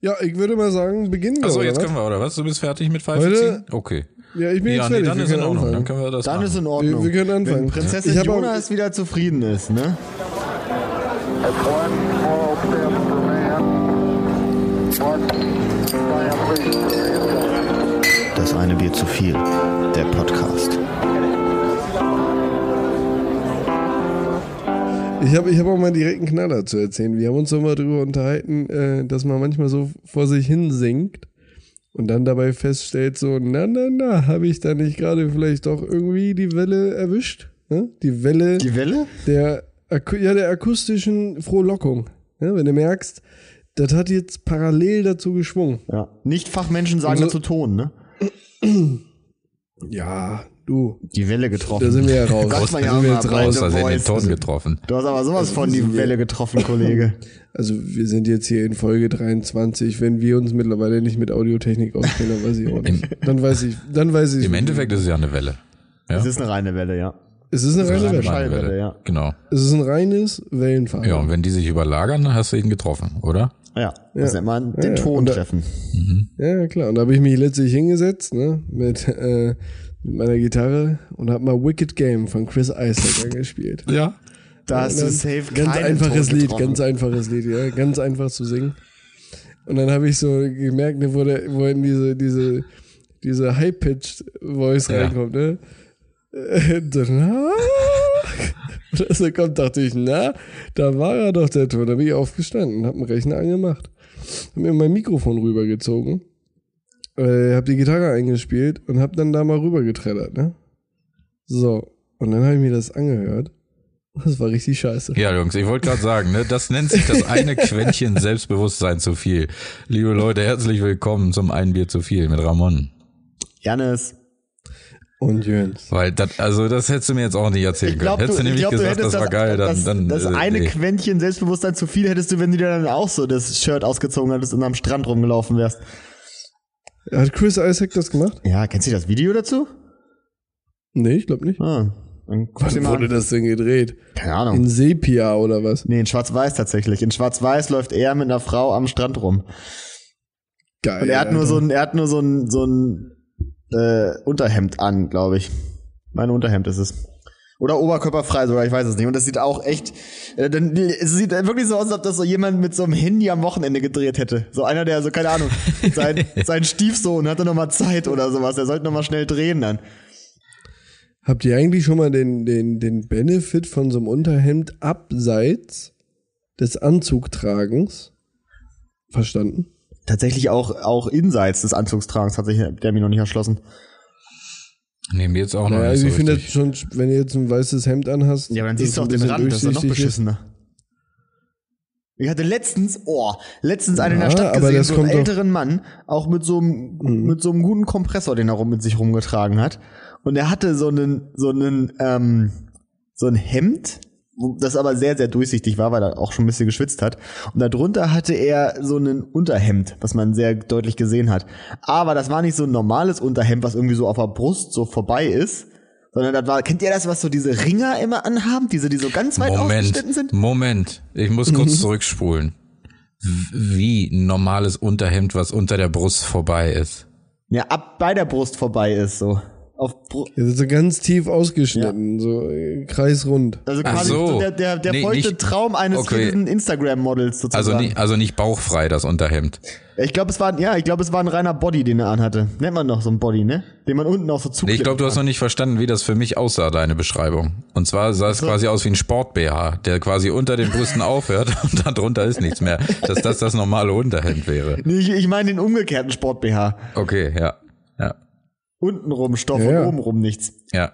Ja, ich würde mal sagen, beginnen wir. Achso, oder jetzt was? können wir, oder was? Du bist fertig mit Pfeifen Heute- ziehen? Okay. Ja, ich bin Ja, jetzt nee, fertig. dann wir ist in können Ordnung. Dann anfangen. können wir das Dann machen. ist in Ordnung. wir können anfangen. Wenn Prinzessin Ich hab auch- Jonas wieder zufrieden ist, ne? That's one small step for man, one giant leap for mankind. Das eine Bier zu viel. Der Podcast. Ich habe ich hab auch mal direkt einen Knaller zu erzählen. Wir haben uns doch mal darüber unterhalten, äh, dass man manchmal so vor sich hin singt und dann dabei feststellt, so, na, na, na, habe ich da nicht gerade vielleicht doch irgendwie die Welle erwischt? Ne? Die Welle Die Welle? der, Aku ja, der akustischen Frohlockung. Ne? Wenn du merkst, das hat jetzt parallel dazu geschwungen. Ja. Nicht Fachmenschen sagen Also- dazu Ton, ne? Ja, du. Die Welle getroffen. Da sind wir ja raus. Sagt man Da ja sind wir immer, jetzt Breite raus. Raus, also in den Boys. Ton getroffen. Du hast aber sowas von die Welle getroffen, Kollege. Also wir sind jetzt hier in Folge 23. Wenn wir uns mittlerweile nicht mit Audiotechnik auskennen, dann weiß ich auch nicht. Dann weiß ich, dann weiß ich. Im Endeffekt ist es ja eine Welle. Es ist eine reine Welle, ja. es ist eine reine Eine Welle. Schallwelle, Welle, ja. Genau. Genau. Es ist ein reines Wellenfahren. Ja, und wenn die sich überlagern, dann hast du ihn getroffen, oder? Ja, das nennt man den ja. Ton Und da- treffen. Ja, klar. Und da habe ich mich letztlich hingesetzt, ne, mit, äh, mit meiner Gitarre und habe mal Wicked Game von Chris Isaac gespielt. Ja. Da hast du Dann safe ganz keinen einfaches Ton Lied, getroffen. ganz einfaches Lied, ja, ganz einfach zu singen. Und dann habe ich so gemerkt, ne, wo, der, wo in diese, diese, diese high-pitched Voice Ja. reinkommt, ne? Äh, dann- Und als er kommt, dachte ich, na, da war ja doch der Ton. Da bin ich aufgestanden, hab einen Rechner angemacht, hab mir mein Mikrofon rübergezogen, äh, hab die Gitarre eingespielt und hab dann da mal rübergeträllert, ne? So, und dann habe ich mir das angehört. Das war richtig scheiße. Ja, Jungs, ich wollte gerade sagen, ne, das nennt sich das eine Quäntchen Selbstbewusstsein zu viel. Liebe Leute, herzlich willkommen zum Ein Bier zu viel mit Ramon. Janis, Und Jöns. Weil das, also das hättest du mir jetzt auch nicht erzählen ich glaube, können. Hättest du, du ich nämlich glaub, du gesagt, hättest das, war geil, dann, das, dann das äh, eine nee. Quäntchen Selbstbewusstsein zu viel hättest du, wenn du dir dann auch so das Shirt ausgezogen hättest und am Strand rumgelaufen wärst. Hat Chris Isaac das gemacht? Ja, kennst du das Video dazu? Nee, ich glaube nicht. Ah, dann guck dir Wann mal wurde an. das denn gedreht? Keine In Ahnung. Sepia oder was? Nee, in Schwarz-Weiß tatsächlich. In Schwarz-Weiß läuft er mit einer Frau am Strand rum. Geil. Und er hat nur Alter. so ein, er hat nur so ein, so ein äh, Unterhemd an, glaube ich. Mein Unterhemd ist es. Oder oberkörperfrei sogar, ich weiß es nicht. Und das sieht auch echt, äh, dann, es sieht wirklich so aus, als ob das so jemand mit so einem Handy am Wochenende gedreht hätte. So einer, der so, keine Ahnung, sein, sein Stiefsohn hatte nochmal Zeit oder sowas. Der sollte nochmal schnell drehen dann. Habt ihr eigentlich schon mal den, den, den Benefit von so einem Unterhemd abseits des Anzugtragens verstanden? Tatsächlich auch, auch inseits des Anzugstragens hat sich der mir noch nicht erschlossen. Nee, mir jetzt auch noch Naja, also nicht so ich finde das richtig. schon, wenn du jetzt ein weißes Hemd anhast. Ja, aber dann das siehst du auch ein den bisschen Rand, das ist doch noch durchsichtig beschissener. Ich hatte letztens, oh, letztens einen in der Ja, Stadt aber gesehen, das so einen kommt doch- Mhm. älteren Mann, auch mit so einem, mit so einem guten Kompressor, den er rum mit sich rumgetragen hat. Und er hatte so einen, so einen, ähm, so ein Hemd, wo- das aber sehr, sehr durchsichtig war, weil er auch schon ein bisschen geschwitzt hat. Und darunter hatte er so einen Unterhemd, was man sehr deutlich gesehen hat. Aber das war nicht so ein normales Unterhemd, was irgendwie so auf der Brust so vorbei ist. Sondern das war, kennt ihr das, was so diese Ringer immer anhaben, diese, die so ganz weit ausgeschnitten Moment, sind? Mhm. Moment, ich muss kurz zurückspulen. W- Wie ein normales Unterhemd, was unter der Brust vorbei ist. Ja, ab bei der Brust vorbei ist, so. Auf Bru Ja, das ist so ganz tief ausgeschnitten, so äh, kreisrund. also Ach quasi so. der, der, der Nee, feuchte nicht- Traum eines okay. jeden Instagram-Models sozusagen. Also nicht, also nicht bauchfrei, das Unterhemd. Ich glaube, es war, ein- ja, ich glaube, es war ein reiner Body, den er anhatte. Nennt man noch so einen Body, ne? Den man unten auch so Nee, zuklebt. ich glaube, du hast noch nicht verstanden, wie das für mich aussah, deine Beschreibung. Und zwar sah es quasi aus wie ein Sport-BH, der quasi unter den Brüsten aufhört und darunter ist nichts mehr. Dass das das normale Unterhemd wäre. Nee, ich, ich meine den umgekehrten Sport-BH. Okay, ja. Ja. Untenrum Stoff Ja, ja. und obenrum nichts. Ja.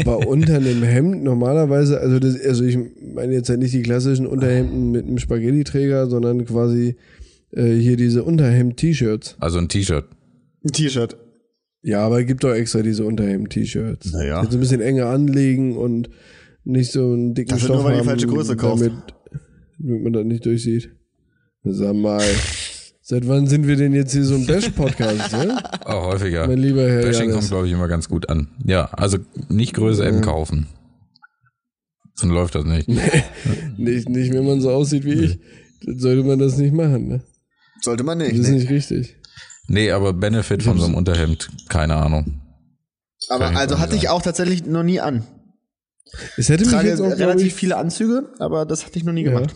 Aber unter einem Hemd normalerweise, also das, also ich meine jetzt halt nicht die klassischen Unterhemden mit einem Spaghetti-Träger, sondern quasi äh, hier diese Unterhemd-T-Shirts. Also ein T-Shirt. Ein T-Shirt. Ja, aber gibt doch extra diese Unterhemd-T-Shirts. Naja. Jetzt ein bisschen enger anlegen und nicht so einen dicken Das wird Stoff nur, weil die haben, falsche Größe kauft. Damit, damit man das nicht durchsieht. Sag mal, seit wann sind wir denn jetzt hier so ein Bash-Podcast, ne? Auch häufiger. Mein lieber Herr Bashing Janis. kommt, glaube ich, immer ganz gut an. Ja, also nicht Größe M kaufen. Dann läuft das nicht. Nicht, nicht, wenn man so aussieht wie ich. Dann sollte man das nicht machen, ne? Sollte man Das nicht. ist Ne? nicht richtig. Nee, aber Benefit von so einem Unterhemd, keine Ahnung. Aber kann ich also auch hatte nicht ich auch tatsächlich noch nie an. Es hätte Ich mich trage jetzt auch, glaub relativ ich, viele Anzüge, aber das hatte ich noch nie Ja. gemacht.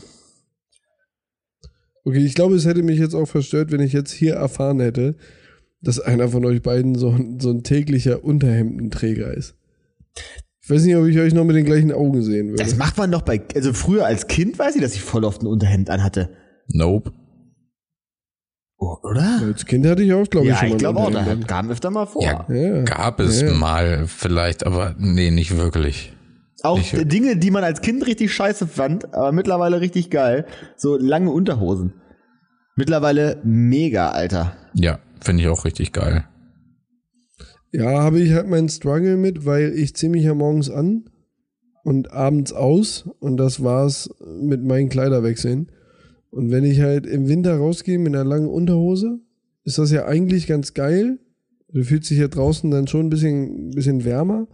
Okay, ich glaube, es hätte mich jetzt auch verstört, wenn ich jetzt hier erfahren hätte, dass einer von euch beiden so, ein- so ein täglicher Unterhemdenträger ist. Ich weiß nicht, ob ich euch noch mit den gleichen Augen sehen würde. Das macht man doch bei, also früher als Kind weiß ich, dass ich voll oft ein Unterhemd anhatte. Nope. Oh, oder? Als Kind hatte ich auch, glaube ich, Ja, schon ich mal ein glaube auch, da Unterhemd kam öfter mal vor. Ja, an. ja. Gab es Ja. mal vielleicht, aber nee, nicht wirklich. Auch Ich- Dinge, die man als Kind richtig scheiße fand, aber mittlerweile richtig geil. So lange Unterhosen. Mittlerweile mega, Alter. Ja, finde ich auch richtig geil. Ja, habe ich halt meinen Struggle mit, weil ich zieh mich ja morgens an und abends aus und das war's mit meinen Kleiderwechseln. Und wenn ich halt im Winter rausgehe mit einer langen Unterhose, ist das ja eigentlich ganz geil. Du fühlst dich ja draußen dann schon ein bisschen, bisschen wärmer.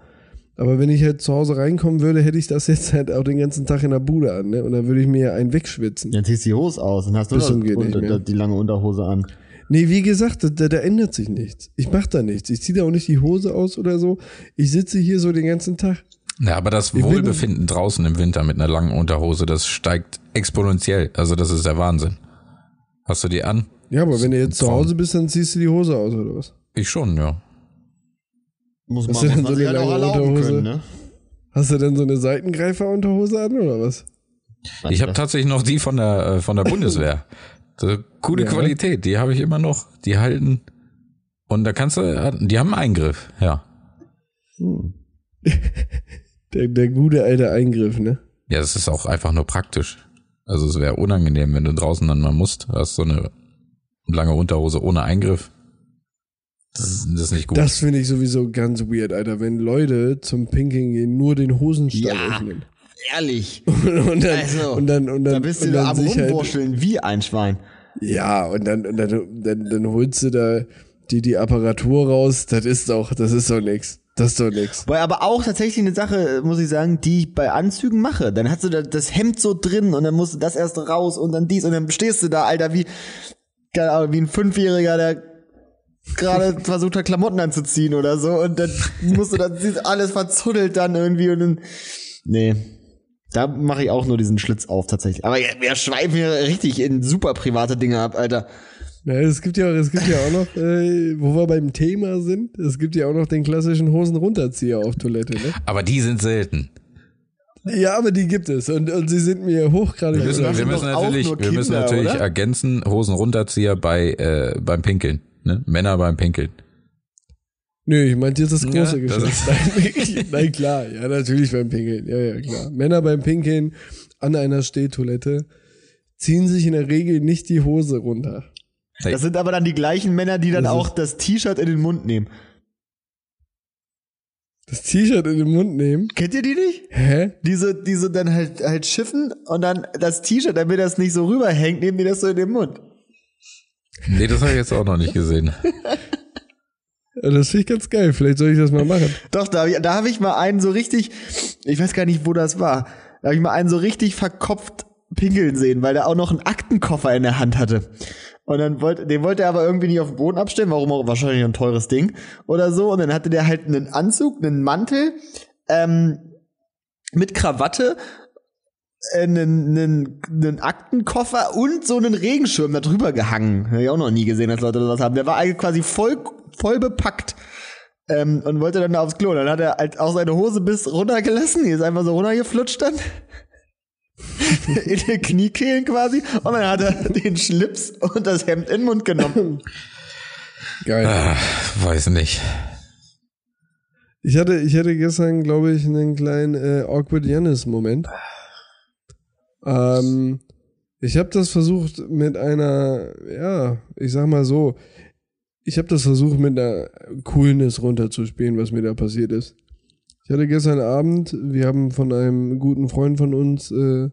Aber wenn ich halt zu Hause reinkommen würde, hätte ich das jetzt halt auch den ganzen Tag in der Bude an, ne? Und dann würde ich mir einen wegschwitzen. Dann ziehst du die Hose aus und hast nur Bis noch zum geht nicht unter, mehr. die lange Unterhose an. Nee, wie gesagt, da, da, da ändert sich nichts. Ich mach da nichts. Ich zieh da auch nicht die Hose aus oder so. Ich sitze hier so den ganzen Tag. Ja, aber das bin- Wohlbefinden draußen im Winter mit einer langen Unterhose, das steigt exponentiell. Also das ist der Wahnsinn. Hast du die an? Ja, aber wenn du jetzt zu Traum. Hause bist, dann ziehst du die Hose aus oder was? Ich schon, ja. Muss halt Hast du denn so eine lange Unterhose? ne? Hast du denn so eine Seitengreiferunterhose an oder was? ne? Ich habe tatsächlich noch die von der äh, von der Bundeswehr. So, coole Ja. Qualität, die habe ich immer noch. Die halten und da kannst du, die haben einen Eingriff, ja. Der, der gute alte Eingriff, ne? Ja, es ist auch einfach nur praktisch. Also es wäre unangenehm, wenn du draußen dann mal musst, hast so eine lange Unterhose ohne Eingriff. Das ist, das ist nicht gut. Das finde ich sowieso ganz weird, Alter, wenn Leute zum Pinkeln gehen, nur den Hosenstall Ja. öffnen. Ehrlich. Und dann, Also, und dann, und dann, Da bist du und da dann am sich halt- Rumwurscheln wie ein Schwein. Ja, und dann, und dann, dann, dann holst du da die, die Apparatur raus, das ist doch, das ist doch nix. Das ist doch nix. Weil aber auch tatsächlich eine Sache, äh, muss ich sagen, die ich bei Anzügen mache. Dann hast du da das Hemd so drin und dann musst du das erst raus und dann dies und dann stehst du da, Alter, wie, keine Ahnung, wie ein Fünfjähriger, der gerade versucht hat, Klamotten anzuziehen oder so und dann musst du dann siehst alles verzuddelt dann irgendwie und dann, nee. Da mache ich auch nur diesen Schlitz auf tatsächlich. Aber ja, wir schweifen hier richtig in super private Dinge ab, Alter. Ja, es gibt ja, es gibt ja auch noch, äh, wo wir beim Thema sind, es gibt ja auch noch den klassischen Hosen-Runterzieher auf Toilette, ne? Aber die sind selten. Ja, aber die gibt es und, und sie sind mir hochgradig. Wir müssen, unangenehm. wir sind müssen doch auch natürlich, nur wir müssen Kinder, natürlich oder? ergänzen, Hosen runterzieher bei äh, beim Pinkeln. Ne? Männer beim Pinkeln. Nö, ich meinte jetzt das große Ja, das Geschäft. Nein, nein, klar, ja, natürlich beim Pinkeln. Ja, ja, klar. Männer beim Pinkeln an einer Stehtoilette ziehen sich in der Regel nicht die Hose runter. Das sind aber dann die gleichen Männer, die dann Das ist- auch das T-Shirt in den Mund nehmen. Das T-Shirt in den Mund nehmen. Kennt ihr die nicht? Hä? Diese, diese dann halt, halt schiffen und dann das T-Shirt, damit das nicht so rüberhängt, nehmen die das so in den Mund. Nee, das habe ich jetzt auch noch nicht gesehen. Ja, Das finde ich ganz geil. Vielleicht soll ich das mal machen. Doch, da, hab ich- da habe ich mal einen so richtig, ich weiß gar nicht, wo das war, da habe ich mal einen so richtig verkopft pinkeln sehen, weil der auch noch einen Aktenkoffer in der Hand hatte. Und dann wollte, den wollte er aber irgendwie nicht auf den Boden abstellen, warum auch wahrscheinlich ein teures Ding oder so. Und dann hatte der halt einen Anzug, einen Mantel, ähm, mit Krawatte, äh, einen, einen, einen Aktenkoffer und so einen Regenschirm da drüber gehangen. Habe ich auch noch nie gesehen, dass Leute das haben. Der war eigentlich quasi voll, voll bepackt ähm, und wollte dann da aufs Klo. Dann hat er halt auch seine Hose bis runtergelassen, die ist einfach so runtergeflutscht dann. in den Kniekehlen quasi. Und dann hat er den Schlips und das Hemd in den Mund genommen. Ah. Geil. Weiß nicht. Ich hatte, ich hatte gestern, glaube ich, einen kleinen äh, awkward Janis Moment. Ähm, ich habe das versucht mit einer, ja, ich sag mal so, ich habe das versucht mit einer Coolness runterzuspielen, was mir da passiert ist. Ich hatte gestern Abend, wir haben von einem guten Freund von uns, äh,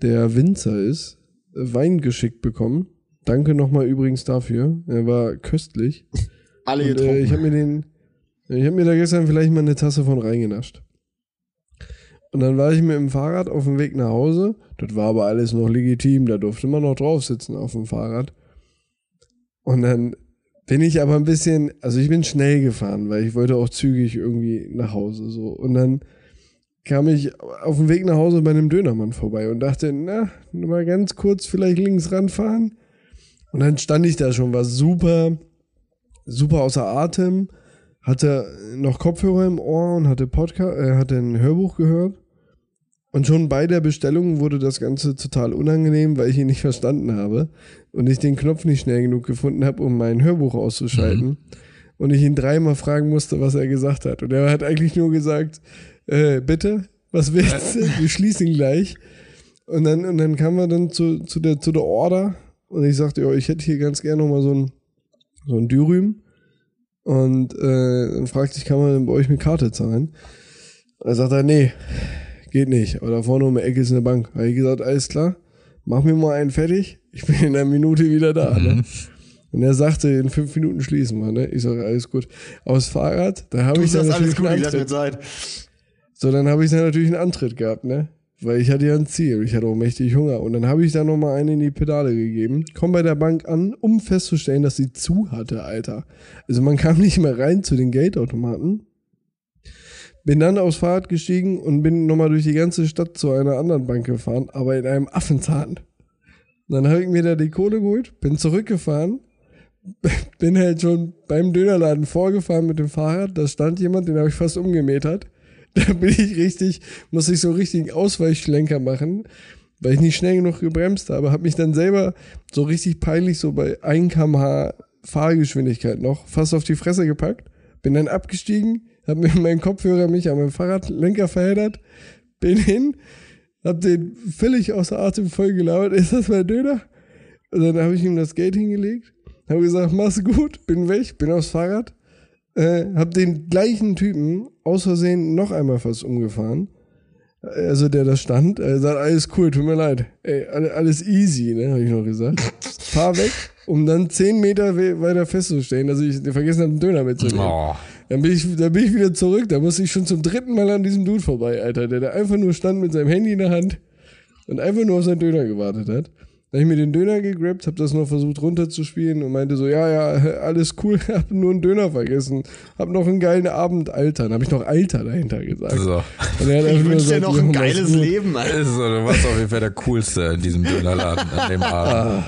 der Winzer ist, äh, Wein geschickt bekommen. Danke nochmal übrigens dafür. Er war köstlich. Alle Und, äh, getrunken. ich habe mir den, ich habe mir da gestern vielleicht mal eine Tasse von reingenascht. Und dann war ich mit dem Fahrrad auf dem Weg nach Hause. Das war aber alles noch legitim. Da durfte man noch drauf sitzen auf dem Fahrrad. Und dann bin ich aber ein bisschen, also ich bin schnell gefahren, weil ich wollte auch zügig irgendwie nach Hause so. Und dann kam ich auf dem Weg nach Hause bei einem Dönermann vorbei und dachte, na, nur mal ganz kurz vielleicht links ranfahren. Und dann stand ich da schon, war super, super außer Atem, hatte noch Kopfhörer im Ohr und hatte Podcast, äh, hatte ein Hörbuch gehört. Und schon bei der Bestellung wurde das Ganze total unangenehm, weil ich ihn nicht verstanden habe und ich den Knopf nicht schnell genug gefunden habe, um mein Hörbuch auszuschalten. Und ich ihn dreimal fragen musste, was er gesagt hat. Und er hat eigentlich nur gesagt, äh, bitte, was Äh. willst du? Wir schließen gleich. Und dann, und dann kamen wir dann zu, zu, der, zu der Order und ich sagte, ja, ich hätte hier ganz gerne nochmal so ein, so ein Dürüm. Und äh, dann fragte ich, kann man denn bei euch mit Karte zahlen? Und er sagt er, nee, geht nicht. Aber da vorne um die Ecke ist eine Bank. Habe ich gesagt, alles klar, mach mir mal einen fertig. Ich bin in einer Minute wieder da. Mhm. Ne? Und er sagte, in fünf Minuten schließen wir. Ne? Ich sage, alles gut. Aufs Fahrrad, da habe Du ich dann sagst alles natürlich gut, einen ich lass mir Antritt. Zeit. So, dann habe ich dann natürlich einen Antritt gehabt, ne? Weil ich hatte ja ein Ziel, ich hatte auch mächtig Hunger. Und dann habe ich da nochmal einen in die Pedale gegeben, komm bei der Bank an, um festzustellen, dass sie zu hatte, Alter. Also man kam nicht mehr rein zu den Geldautomaten. Bin dann aufs Fahrrad gestiegen und bin nochmal durch die ganze Stadt zu einer anderen Bank gefahren, aber in einem Affenzahn. Und dann habe ich mir da die Kohle geholt, bin zurückgefahren, bin halt schon beim Dönerladen vorgefahren mit dem Fahrrad. Da stand jemand, den habe ich fast umgemetert. Da bin ich richtig, muss ich so einen richtigen Ausweichschlenker machen, weil ich nicht schnell genug gebremst habe. Habe mich dann selber so richtig peinlich so bei 1 kmh Fahrgeschwindigkeit noch fast auf die Fresse gepackt. Bin dann abgestiegen, habe mit meinem Kopfhörer mich an meinem Fahrradlenker verheddert, bin hin, habe den völlig außer Atem voll gelabert. Ist das mein Döner? Und dann habe ich ihm das Geld hingelegt, habe gesagt, mach's gut, bin weg, bin aufs Fahrrad, äh, habe den gleichen Typen aus Versehen noch einmal fast umgefahren. Äh, Also der da stand, äh, sagt, alles cool, tut mir leid. Ey, alle- alles easy, ne, habe ich noch gesagt. Fahr weg, um dann zehn Meter we- weiter festzustellen, dass ich vergessen habe, einen Döner mitzunehmen. Oh. Dann bin, ich, dann bin ich wieder zurück. Da musste ich schon zum dritten Mal an diesem Dude vorbei, Alter, der da einfach nur stand mit seinem Handy in der Hand und einfach nur auf seinen Döner gewartet hat. Dann habe ich mir den Döner gegrabt, habe das noch versucht runterzuspielen und meinte so, ja, ja, alles cool, hab nur einen Döner vergessen, hab noch einen geilen Abend, Alter. Dann habe ich noch Alter dahinter gesagt. So. Und er hat einfach Also, Ich nur wünsche dir gesagt, noch jo, ein mach's geiles gut. Leben, Alter. Ist so, also, du warst auf jeden Fall der Coolste in diesem Dönerladen an dem Ah, Abend.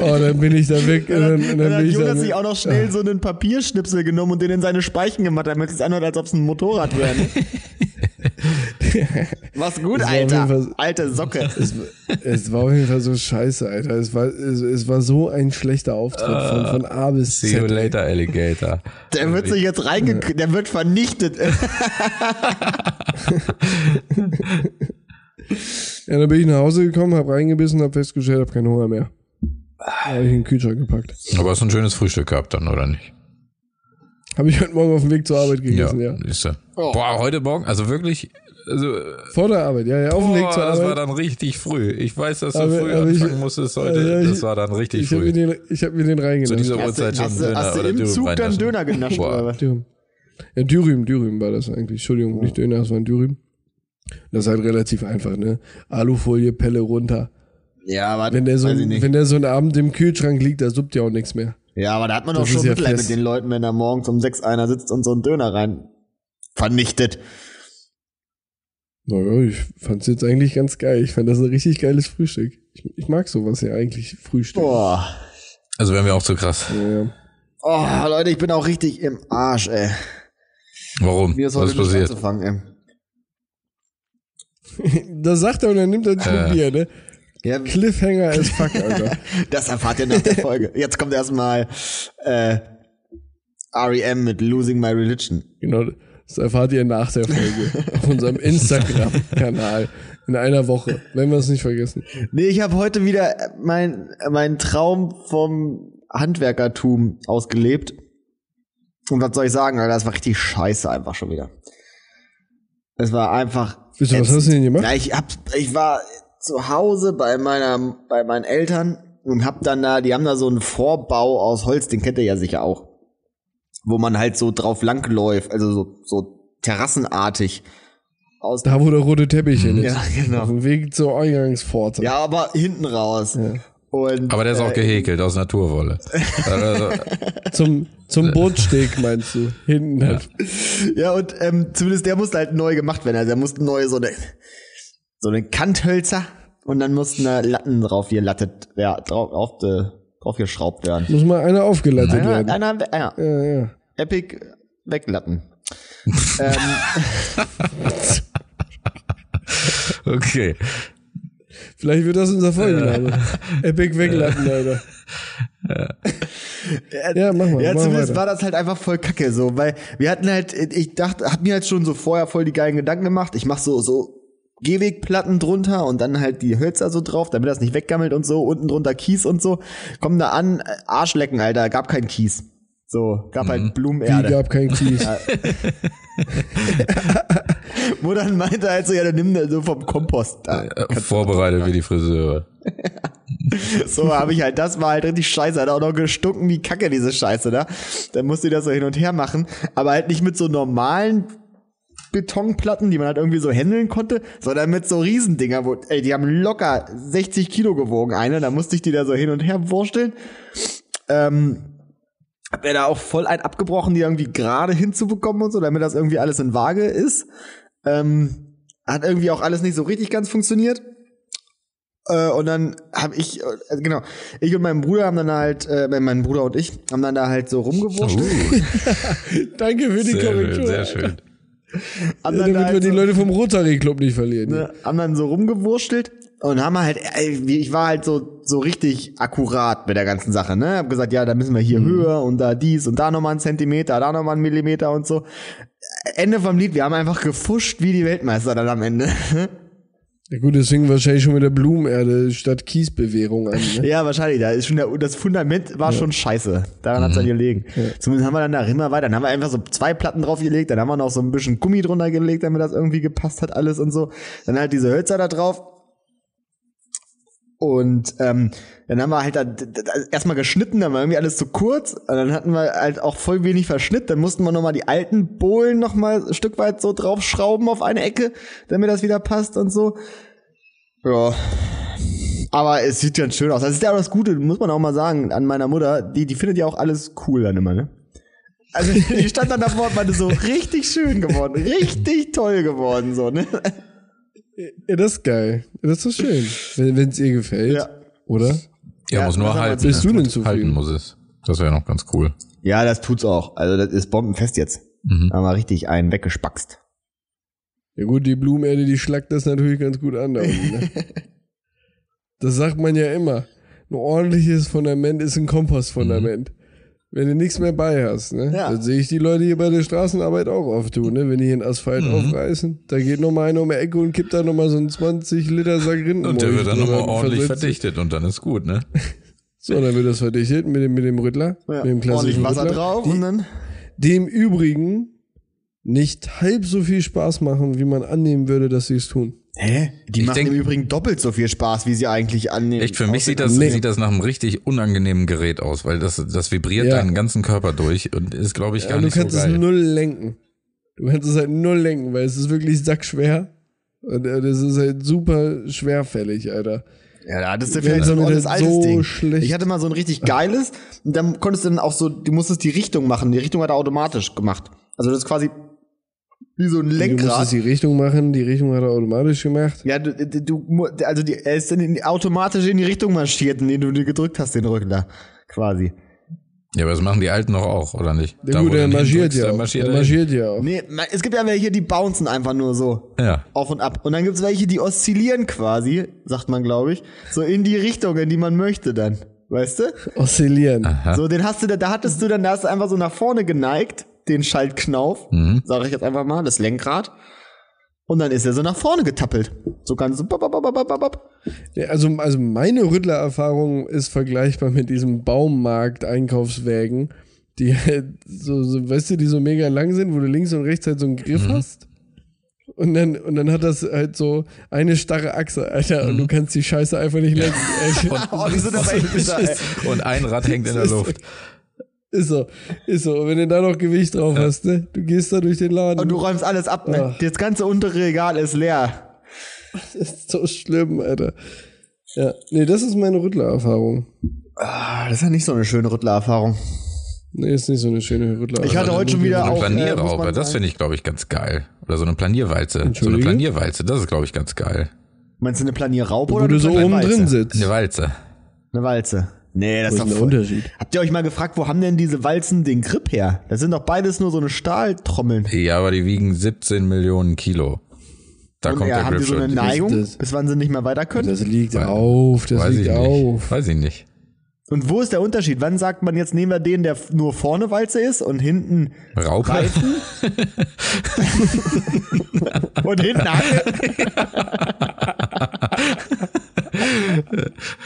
Oh, dann bin ich da weg. Und dann, und dann, Dann hat bin ich da Jonas sich auch noch schnell so einen Papierschnipsel genommen und den in seine Speichen gemacht, damit es anhört, als ob es ein Motorrad wäre. ne? Mach's gut, Das war auf jeden Alter. Fall- Alte Socke. Es, es war auf jeden Fall so scheiße, Alter. Es war, es, es war so ein schlechter Auftritt von, von A bis See you Z. later, Alligator. Der wird sich jetzt reingekriegt, der wird vernichtet. Ja, dann bin ich nach Hause gekommen, hab reingebissen, hab festgestellt, hab keinen Hunger mehr. Da hab ich in den Kühlschrank gepackt. Aber hast du ein schönes Frühstück gehabt dann, oder nicht? Habe ich heute Morgen auf dem Weg zur Arbeit gegessen, ja. Oh. siehst du. Boah, heute Morgen, also wirklich, also, äh, Vor der Arbeit, ja, ja, auf dem boah, Weg zur das war Arbeit. dann richtig früh. Ich weiß, dass du Aber- früh aber ich- anfangen musstest Also, heute. ich- das war dann richtig Ich hab mir früh. den, ich hab mir den Zu reingenommen. dieser Hast du- Uhrzeit schon hast du- Döner hast du oder im Dürüm Zug dann reinnaschen. Döner genascht, Boah. oder was? Dürüm. Ja, Dürüm, Dürüm war das eigentlich. Entschuldigung, nicht Döner, das war ein Dürüm. Das ist halt relativ einfach, ne? Alufolie, Pelle runter. Ja, aber, Wenn der so, weiß ich nicht. wenn der so einen Abend im Kühlschrank liegt, da suppt ja auch nichts mehr. ja, aber da hat man doch Das ist schon ja Mitleid fest. mit den Leuten, wenn da morgens um sechs einer sitzt und so einen Döner rein vernichtet. Naja, ich fand's jetzt eigentlich ganz geil. Ich fand das ein richtig geiles Frühstück. Ich, ich mag sowas ja eigentlich, Frühstück. Boah. Also wären wir auch zu krass. Ja, ja. Oh, Leute, ich bin auch richtig im Arsch, ey. Warum? Mir ist Was heute ist nicht passiert? anzufangen, ey. Das sagt er und dann nimmt er einen Schluck Äh. Bier, ne? Ja, Cliffhanger as fuck, Alter. Das erfahrt ihr nach der Folge. Jetzt kommt erstmal äh, REM mit Losing My Religion. genau. Das erfahrt ihr nach der Folge auf unserem Instagram-Kanal in einer Woche, wenn wir es nicht vergessen. Nee, ich habe heute wieder mein- meinen Traum vom Handwerkertum ausgelebt. Und was soll ich sagen, Alter, das war richtig scheiße einfach schon wieder. Es war einfach. Wieso, was hast du denn gemacht? Na, ich, hab, ich war zu Hause bei meiner, bei meinen Eltern und hab dann da, die haben da so einen Vorbau aus Holz, den kennt ihr ja sicher auch. Wo man halt so drauf langläuft, also so, so terrassenartig. Aus Da, wo der rote Teppich hin ist. Ja, genau. Auf dem Weg zur Eingangspforte. Ja, aber hinten raus. Und, Aber der ist auch gehäkelt aus Naturwolle. Also, Zum, zum Bootsteg meinst du? Hinten halt. hat. Ja, und ähm, zumindest der musste halt neu gemacht werden. Also der musste neu so eine, so eine Kanthölzer und dann mussten da Latten drauf gelattet, ja, drauf, auf de, drauf geschraubt werden. Muss mal einer aufgeleitet Einer, werden. einer, einer Ja, ja. Epic weglatten. ähm, okay. Vielleicht wird das unser Folgenname. Epic weglappen, leider. Ja, mach mal. Ja, mach zumindest weiter. war das halt einfach voll kacke so, weil wir hatten halt, ich dachte, hab mir halt schon so vorher voll die geilen Gedanken gemacht. Ich mach so, so Gehwegplatten drunter und dann halt die Hölzer so drauf, damit das nicht weggammelt und so, unten drunter Kies und so. Komm da an, äh, Arschlecken, Alter, gab kein Kies. So, gab halt Die Blumenerde. gab kein Kies. Wo dann meinte halt so, ja, dann nimm da so vom Kompost da. Vorbereitet wie die Friseure. So habe ich halt, das war halt richtig scheiße. Hat auch noch gestunken wie Kacke, diese Scheiße da. Dann musste ich das so hin und her machen. Aber halt nicht mit so normalen Betonplatten, die man halt irgendwie so händeln konnte, sondern mit so Riesendinger, wo, ey, die haben locker 60 Kilo gewogen, eine. Da musste ich die da so hin und her wursteln. Ähm, hab mir da auch voll ein abgebrochen, die irgendwie gerade hinzubekommen und so, damit das irgendwie alles in Waage ist. Ähm, hat irgendwie auch alles nicht so richtig ganz funktioniert. Äh, und dann habe ich, äh, genau, ich und mein Bruder haben dann halt, äh, mein Bruder und ich haben dann da halt so rumgewurschtelt. Danke für die Sehr Korrektur. schön, sehr schön. haben Ja, dann da damit wir halt die so- Leute vom Rotary Club nicht verlieren. ne, haben dann so rumgewurschtelt und haben halt, ey, wie- ich war halt so, so richtig akkurat mit der ganzen Sache, ne? Hab gesagt, ja, da müssen wir Mhm. hier höher und da dies und da nochmal einen Zentimeter, da nochmal einen Millimeter und so. Ende vom Lied, wir haben einfach gefuscht wie die Weltmeister dann am Ende. Ja gut, deswegen wahrscheinlich schon mit der Blumenerde statt Kiesbewährung an. Ne? ja, wahrscheinlich, da ist schon der, das Fundament war schon scheiße. Daran hat's dann gelegen. Zumindest haben wir dann da immer weiter, dann haben wir einfach so zwei Platten draufgelegt, dann haben wir noch so ein bisschen Gummi drunter gelegt, damit das irgendwie gepasst hat alles und so. Dann halt diese Hölzer da drauf, Und ähm, dann haben wir halt da, da, da, erstmal geschnitten, dann war irgendwie alles zu kurz. Und dann hatten wir halt auch voll wenig Verschnitt. Dann mussten wir nochmal die alten Bohlen nochmal ein Stück weit so draufschrauben auf eine Ecke, damit das wieder passt und so. Ja. Aber es sieht ganz schön aus. Das ist ja auch das Gute, muss man auch mal sagen, an meiner Mutter. Die, die findet ja auch alles cool dann immer, ne? Also die stand dann davor und meinte so, richtig schön geworden, richtig toll geworden, so, ne? Ja, das ist geil. Das ist so schön. Wenn es ihr gefällt. Ja. Oder? Ja, Ja, muss nur was haben wir halten. also ne? Bist du denn zufrieden? Halten muss es. Das wäre noch ganz cool. Ja, das tut's auch. Also das ist bombenfest jetzt. Mhm. Haben wir richtig einen weggespackst. Ja gut, die Blumenerde, die schlagt das natürlich ganz gut an da unten. Ne? das sagt man ja immer. Ein ordentliches Fundament ist ein Kompostfundament. Wenn du nichts mehr bei hast, ne? Mhm. Ja. Dann sehe ich die Leute hier bei der Straßenarbeit auch oft tun, ne? Wenn die hier den Asphalt Mhm. aufreißen, da geht nochmal einer um die Ecke und kippt da nochmal so einen 20 Liter Sack um Rindenmulch Und der wird dann drüber nochmal und ordentlich ne? versetzt- verdichtet und dann ist gut, ne? So, dann wird das verdichtet mit dem, mit dem Rüttler. Mit Ja. dem Ordentlich klassischen Wasser Rüttler. drauf Die, und dann. die im Übrigen nicht halb so viel Spaß machen, wie man annehmen würde, dass sie es tun. Hä? Die Ich machen denk- im Übrigen doppelt so viel Spaß, wie sie eigentlich annehmen. Echt, für mich sieht das, Nee. sieht das nach einem richtig unangenehmen Gerät aus, weil das, das vibriert Ja. deinen ganzen Körper durch und ist, glaube ich, gar Aber du nicht so kannst es geil. null lenken. Du kannst es halt null lenken, weil es ist wirklich sackschwer. Und äh, das ist halt super schwerfällig, Alter. Ja, da hattest du Wenn vielleicht so ein eine altes, altes so Ding. schlecht- Ich hatte mal so ein richtig geiles. Und dann konntest du dann auch so, du musstest die Richtung machen. Die Richtung hat er automatisch gemacht. Also das ist quasi wie so ein Du musstest Lenkrad. die Richtung machen, die Richtung hat er automatisch gemacht. Ja, du, du- du mu- also die, er ist dann in, automatisch in die Richtung marschiert, in die du dir gedrückt hast, den Rücken da. Quasi. Ja, aber das machen die Alten noch auch, oder nicht? Ja, gut, wo du er den marschiert drückst, ja da auch. marschiert er er hin. marschiert ja auch. Nee, man- es gibt ja welche, die bouncen einfach nur so. Ja. Auf und ab. Und dann gibt's welche, die oszillieren quasi, sagt man, glaube ich, so in die Richtung, in die man möchte dann. Weißt du? Oszillieren. Ah. So, den hast du, da- da hattest du dann, da hast du einfach so nach vorne geneigt, den Schaltknauf, Mhm. sage ich jetzt einfach mal, das Lenkrad. Und dann ist er so nach vorne getappelt. So ganz so. Bap, bap, bap, bap, bap, bap. Ja, Also, also meine Rüttler-Erfahrung ist vergleichbar mit diesem Baumarkt-Einkaufswägen, die halt so, so, weißt du, die so mega lang sind, wo du links und rechts halt so einen Griff Mhm. hast. Und dann, und dann hat das halt so eine starre Achse, Alter, Mhm. und du kannst die Scheiße einfach nicht lenken. Ey, Oh, die sind aber echt bitter, ey. Und ein Rad hängt in der Luft. ist so, ist so. Und wenn du da noch Gewicht drauf hast, ne, du gehst da durch den Laden. Und du räumst alles ab, ne? Das ganze untere Regal ist leer. das ist so schlimm, Alter. Ja, nee, das ist meine Rüttler-Erfahrung. Ah, Das ist ja nicht so eine schöne Rüttler-Erfahrung. Nee, ist nicht so eine schöne Rüttler-Erfahrung. Ich hatte heute schon wieder Eine auch. äh, muss Planierraupe, man das sagen- finde ich, glaube ich, ganz geil. Oder so eine Planierwalze. So eine Entschuldige? Planierwalze, das ist, glaube ich, ganz geil. Meinst du eine Planierraupe oder Wo du so eine oben Walze? drin sitzt. Eine Walze. Eine Walze. Nee, das ist Wo doch ist der voll- Unterschied? Habt ihr euch mal gefragt, wo haben denn diese Walzen den Grip her? Das sind doch beides nur so eine Stahltrommeln. Ja, aber die wiegen 17 Millionen Kilo. Da Und kommt ja, der haben Grip die so eine schon. Neigung, Das- bis wann sie nicht mehr weiter können? Das liegt auf, das Weiß ich liegt nicht. auf. Weiß ich nicht. Und wo ist der Unterschied? Wann sagt man, jetzt nehmen wir den, der f- nur vorne Walze ist und hinten Raupe? Reifen? und hinten Angel?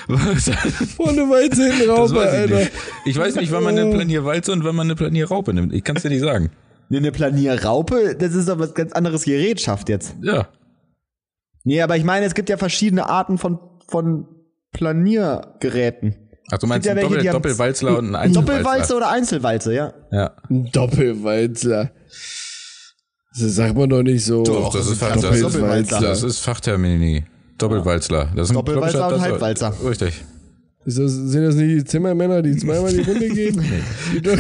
Was? Vorne weit hinten raus, Das weiß ich, Alter. nicht. ich weiß nicht, wann man eine Planierwalze und wann man eine Planierraupe nimmt. Ich kann es dir nicht sagen. Nee, eine Planierraupe, das ist doch was ganz anderes Gerätschaft jetzt. Ja. Nee, aber ich meine, es gibt ja verschiedene Arten von, von Planiergeräten. Ach, du meinst ja einen welche, Doppel die haben- Doppelwalzler und einen Einzelwalzler. Doppelwalze oder Einzelwalze, ja. Ja. Ein Doppelwalzler. Das sagt man doch nicht so. Doch, das ist Doppelwalzler. Doppel- Doppelwalzler. Das ist Fachtermini. Doppelwalzler. Das ist ein Doppelwalzler Klopscher- und das- Halbwalzer. Richtig. Ist das, sind das nicht die Zimmermänner, die zweimal die Runde gehen? die, Do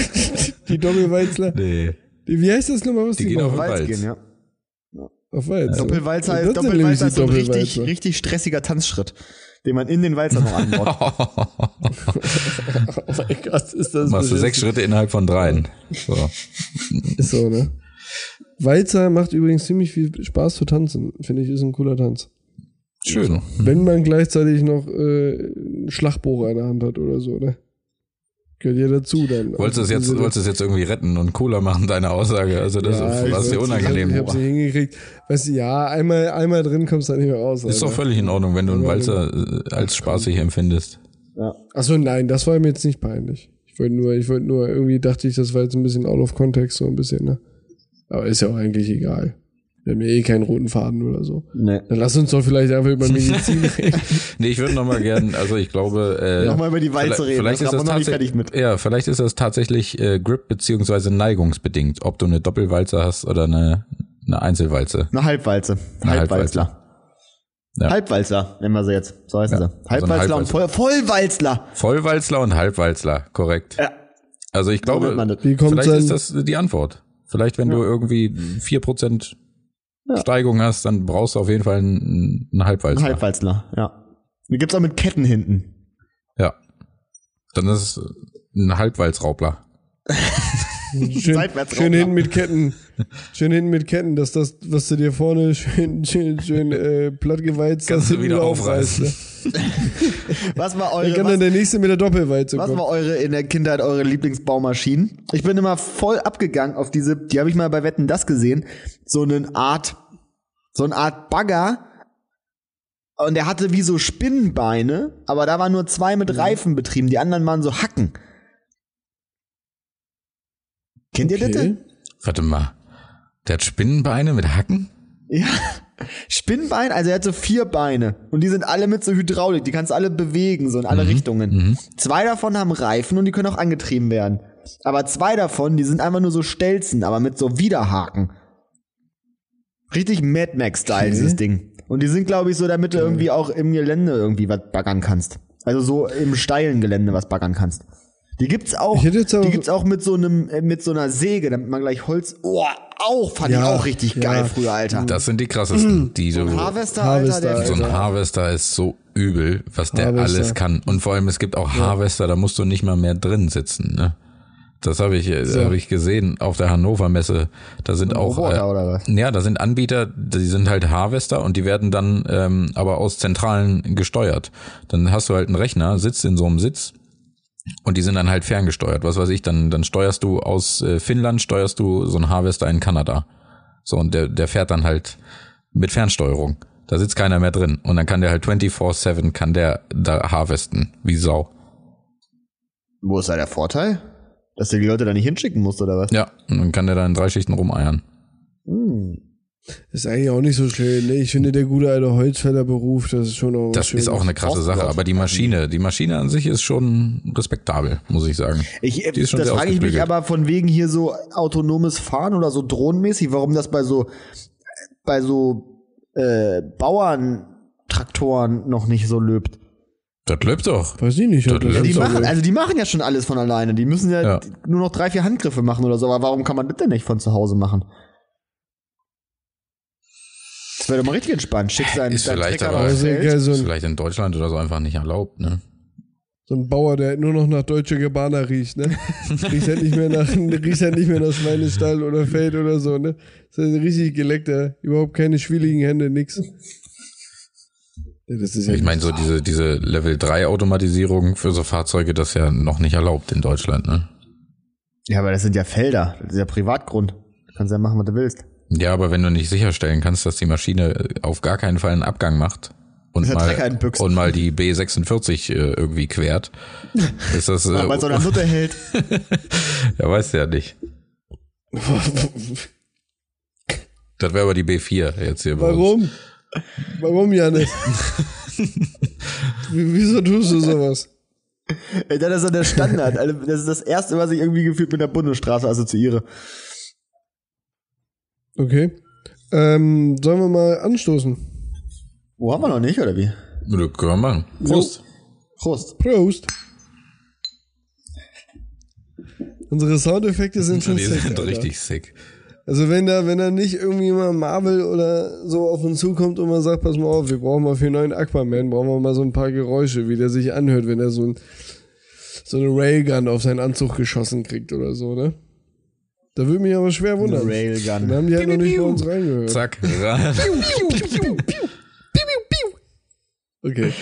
die Doppelwalzler. Nee. Die, wie heißt das nochmal? Was Die gehen machen? auf den Walz Walz. gehen, ja. auf Walzer. Doppelwalzer ist, Das sind nämlich Doppelwalzer die ist so ein richtig, Doppelwalzer. richtig stressiger Tanzschritt, den man in den Walzer noch anbaut. Oh mein Gott, ist das Machst du beschissen. sechs Schritte innerhalb von dreien. So. Ist so, ne? Walzer macht übrigens ziemlich viel Spaß zu tanzen. Finde ich, ist ein cooler Tanz. Schön. Wenn man gleichzeitig noch äh, einen Schlagbohrer in der Hand hat oder so, ne? Gehört ja dazu dann. Wolltest du es jetzt, Also, wolltest du es jetzt irgendwie retten und Cola machen, deine Aussage? Also, das Ja, ich war dir wollte- Ich unangenehm. hab's nicht hingekriegt. Weißt du, ja, einmal, einmal drin kommst du halt nicht mehr raus. Ist doch Alter. völlig in Ordnung, wenn du einen Walzer äh, als spaßig empfindest. Achso, nein, das war mir jetzt nicht peinlich. Ich wollte nur, ich wollte nur, irgendwie dachte ich, das war jetzt ein bisschen out of context, so ein bisschen, ne? Aber ist ja auch eigentlich egal. Wir haben ja eh keinen roten Faden oder so. Nee. Dann lass uns doch vielleicht einfach über Medizin reden. Nee, ich würde nochmal gern, also ich glaube, äh, Nochmal über die Walze reden, Vielleicht das ist das haben wir noch nicht tatsächlich, fertig mit. ja, vielleicht ist das tatsächlich äh, Grip beziehungsweise neigungsbedingt, ob du eine Doppelwalze hast oder eine, eine Einzelwalze. Eine Halbwalze. Eine Halbwalzler. Ja. Halbwalzler, nennen wir sie jetzt. So heißen Ja, Also sie. Halbwalzler so ein und Voll Vollwalzler. Vollwalzler und Halbwalzler, korrekt. Ja. Also ich glaube, nennt man das. Wie kommt vielleicht dann, ist das die Antwort. Vielleicht, wenn du irgendwie 4% Steigung hast, dann brauchst du auf jeden Fall einen, einen Ein Halbwalzer. Halbwalzler, ja. Die gibt's auch mit Ketten hinten. Ja. Dann ist es äh, ein Halbwalzraubler. schön, Seitwärts schön rauf, genau. hinten mit Ketten. Schön hinten mit Ketten, dass das, was du dir vorne schön, schön, schön äh, plattgeweizt Kannst hast, du hinten wieder aufreißen. ne? Was war Dann eure, kann dann was, der nächste mit der Doppelweize was kommen. war eure in der Kindheit eure Lieblingsbaumaschinen? Ich bin immer voll abgegangen auf diese, die habe ich mal bei Wetten das gesehen, so eine Art, so eine Art Bagger. Und der hatte wie so Spinnenbeine, aber da waren nur zwei mit Reifen betrieben, die anderen waren so Hacken. Kennt ihr das? Okay. denn? Warte mal. Der hat Spinnenbeine mit Hacken? Ja. Spinnbein, also er hat so vier Beine und die sind alle mit so Hydraulik, die kannst du alle bewegen, so in Mhm, alle Richtungen. Zwei davon haben Reifen und die können auch angetrieben werden. Aber zwei davon, die sind einfach nur so Stelzen, aber mit so Widerhaken. Richtig Mad Max-Style, dieses Ding. Und die sind, glaube ich, so, damit du irgendwie auch im Gelände irgendwie was baggern kannst. Also so im steilen Gelände was baggern kannst. Die gibt's auch, Ich hätte jetzt aber- die gibt's auch mit so einem, äh, mit so einer Säge, damit man gleich Holz, oh, auch, fand ich Ja, auch richtig ja. geil früher, Alter. Das sind die krassesten, die du. Mhm. Harvester, Harvester, Alter, der Alter. So ein Harvester ist so übel, was der Harvester. alles kann. Und vor allem, es gibt auch Harvester, da musst du nicht mal mehr drin sitzen. Ne? Das habe ich, äh, hab ich gesehen auf der Hannover Messe. Da sind auch. äh, Roboter oder was? Ja, da sind Anbieter, die sind halt Harvester und die werden dann ähm, aber aus Zentralen gesteuert. Dann hast du halt einen Rechner, sitzt in so einem Sitz und die sind dann halt ferngesteuert. Was weiß ich, dann, dann steuerst du aus äh, Finnland, steuerst du so einen Harvester in Kanada. So, und der, der fährt dann halt mit Fernsteuerung. Da sitzt keiner mehr drin. Und dann kann der halt 24-7 kann der da harvesten. Wie Sau. Wo ist da der Vorteil? Dass du die Leute da nicht hinschicken musst, oder was? Ja, und dann kann der da in drei Schichten rumeiern. Hm. Ist eigentlich auch nicht so schön. Ne? Ich finde, der gute alte Holzfällerberuf, das ist schon auch was Das Schönes. ist auch eine krasse Sache. Aber die Maschine, die Maschine an sich ist schon respektabel, muss ich sagen. Ich, äh, Die ist schon das sehr frage ich mich ausgeklügelt. aber von wegen hier so autonomes Fahren oder so drohnenmäßig, warum das bei so bei so äh, Bauerntraktoren noch nicht so löbt. Das läuft doch. Weiß ich nicht. ob Das das läuft Die so machen, wird. also die machen ja schon alles von alleine. Die müssen ja, Ja. nur noch drei, vier Handgriffe machen oder so. Aber warum kann man das denn nicht von zu Hause machen? Das wäre doch mal richtig entspannt. Schickst deinen, Ist deinen vielleicht Trecker aber- aufs also, Feld. geil, so, Ist ein, vielleicht in Deutschland oder so einfach nicht erlaubt, ne? so ein Bauer, der halt nur noch nach Deutsche Gabbana riecht, ne? riecht halt nicht mehr nach, riecht halt nicht mehr nach Schweinestall oder Feld oder so, ne? Ist halt richtig geleckter. Überhaupt keine schwieligen Hände, nix. Ja, das ist ja Ich meine, so diese, diese Level 3 Automatisierung für so Fahrzeuge, das ist ja noch nicht erlaubt in Deutschland, ne? Ja, aber das sind ja Felder. Das ist ja Privatgrund. Du kannst ja machen, was du willst. Ja, aber wenn du nicht sicherstellen kannst, dass die Maschine äh, auf gar keinen Fall einen Abgang macht und, Dass der Trecker mal, einbüchst. und mal die B46 äh, irgendwie quert, ist das. Äh, Aber weil so eine Nutte hält. ja, weißt du ja nicht. Das wäre aber die B4 jetzt hier bei uns. Warum? Warum, Janis? W- Wieso tust du sowas? Ey, Das ist so der Standard. Also, Das ist das Erste, was ich irgendwie gefühlt mit der Bundesstraße assoziiere. Okay. Ähm, sollen wir mal anstoßen? Wo haben wir noch nicht, oder wie? Warum? Können wir machen. Prost. Prost. Prost! Unsere Soundeffekte sind schon Die sick, sind Alter. richtig sick. Also wenn da, wenn da nicht irgendwie mal Marvel oder so auf uns zukommt und man sagt, pass mal auf, wir brauchen mal für den neuen Aquaman, brauchen wir mal so ein paar Geräusche, wie der sich anhört, wenn er so, ein, so eine Railgun auf seinen Anzug geschossen kriegt oder so, ne? Da würde mich aber schwer wundern. Eine Railgun. Dann haben die halt noch nicht bei uns reingehört. Zack, rein. Okay.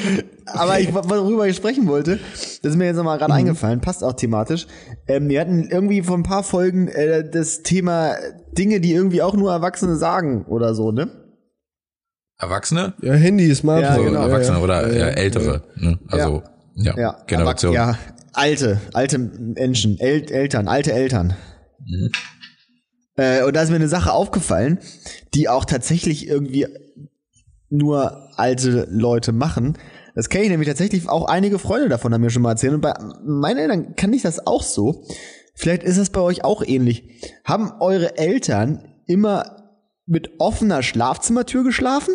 Aber ich, worüber ich sprechen wollte, das ist mir jetzt nochmal gerade eingefallen, passt auch thematisch. Ähm, wir hatten irgendwie vor ein paar Folgen äh, das Thema Dinge, die irgendwie auch nur Erwachsene sagen oder so, ne? Erwachsene? Ja, Handy, Smartphone. Also Genau, ja, Erwachsene ja. oder Ja, ja, äh, Ältere. Ne? Also, ja, Ja, Generation. Erwach- Ja, alte, alte Menschen, El Eltern, alte Eltern. Mhm. Äh, und da ist mir eine Sache aufgefallen, die auch tatsächlich irgendwie nur alte Leute machen. Das kenne ich nämlich tatsächlich auch einige Freunde davon haben mir schon mal erzählt. Und bei meinen Eltern kann ich das auch so. Vielleicht ist das bei euch auch ähnlich. Haben eure Eltern immer mit offener Schlafzimmertür geschlafen?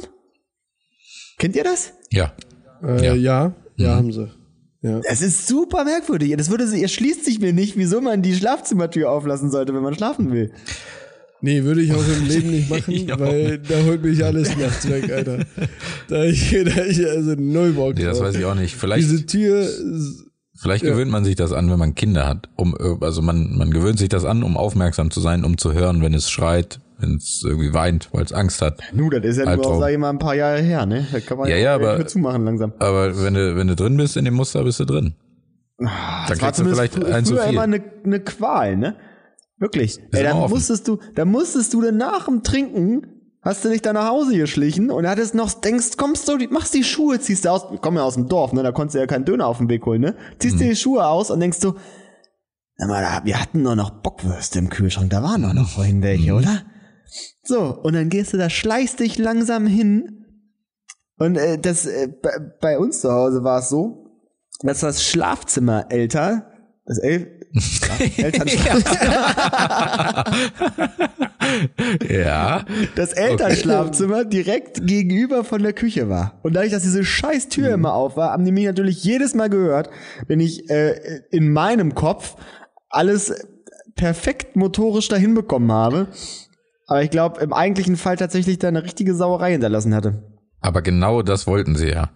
Kennt ihr das? ja. Mhm. Äh, ja, ja, haben sie. Ja. Das ist super merkwürdig. Das würde sie, ihr schließt sich mir nicht, wieso man die Schlafzimmertür auflassen sollte, wenn man schlafen will. Nee, würde ich auch im Leben nicht machen, Ich auch weil da holt mich alles nachts weg, Alter. Da ich, da ich also null Bock Nee, das drauf. weiß ich auch nicht. Vielleicht, Diese Tür, s- vielleicht gewöhnt man sich das an, wenn man Kinder hat. Um, äh, also man, man gewöhnt sich das an, um aufmerksam zu sein, um zu hören, wenn es schreit, wenn es irgendwie weint, weil es Angst hat. Nu, das ist ja nur, Albtraum. auch, sag ich mal, ein paar Jahre her, ne? Da kann man Ja, ja, auch die aber- Tür zumachen langsam. Aber wenn du, wenn du drin bist in dem Muster, bist du drin. Da Ah, Das war kriegst du zumindest vielleicht fr- ein zu früher immer viel. eine, eine Qual, ne? Wirklich. Ey, immer dann offen. musstest du, dann musstest du dann nach dem Trinken, hast du dich da nach Hause geschlichen und hattest noch, denkst, kommst du, die- machst die Schuhe, ziehst du aus, wir kommen ja aus dem Dorf, ne? Da konntest du ja keinen Döner auf dem Weg holen, ne? Ziehst Mhm. dir die Schuhe aus und denkst du, sag mal, da- wir hatten doch noch Bockwürste im Kühlschrank, da waren doch noch Mhm. vorhin welche, oder? So, und dann gehst du da, schleichst dich langsam hin. Und äh, das, äh, bei, bei uns zu Hause war es so, dass das Schlafzimmer älter, das El Elternschlafzimmer, Ja. das Elternschlafzimmer direkt gegenüber von der Küche war. Und dadurch, dass diese scheiß Tür immer auf war, haben die mich natürlich jedes Mal gehört, wenn ich äh, in meinem Kopf alles perfekt motorisch dahin bekommen habe. Aber ich glaube, im eigentlichen Fall tatsächlich da eine richtige Sauerei hinterlassen hatte. Aber genau das wollten sie ja.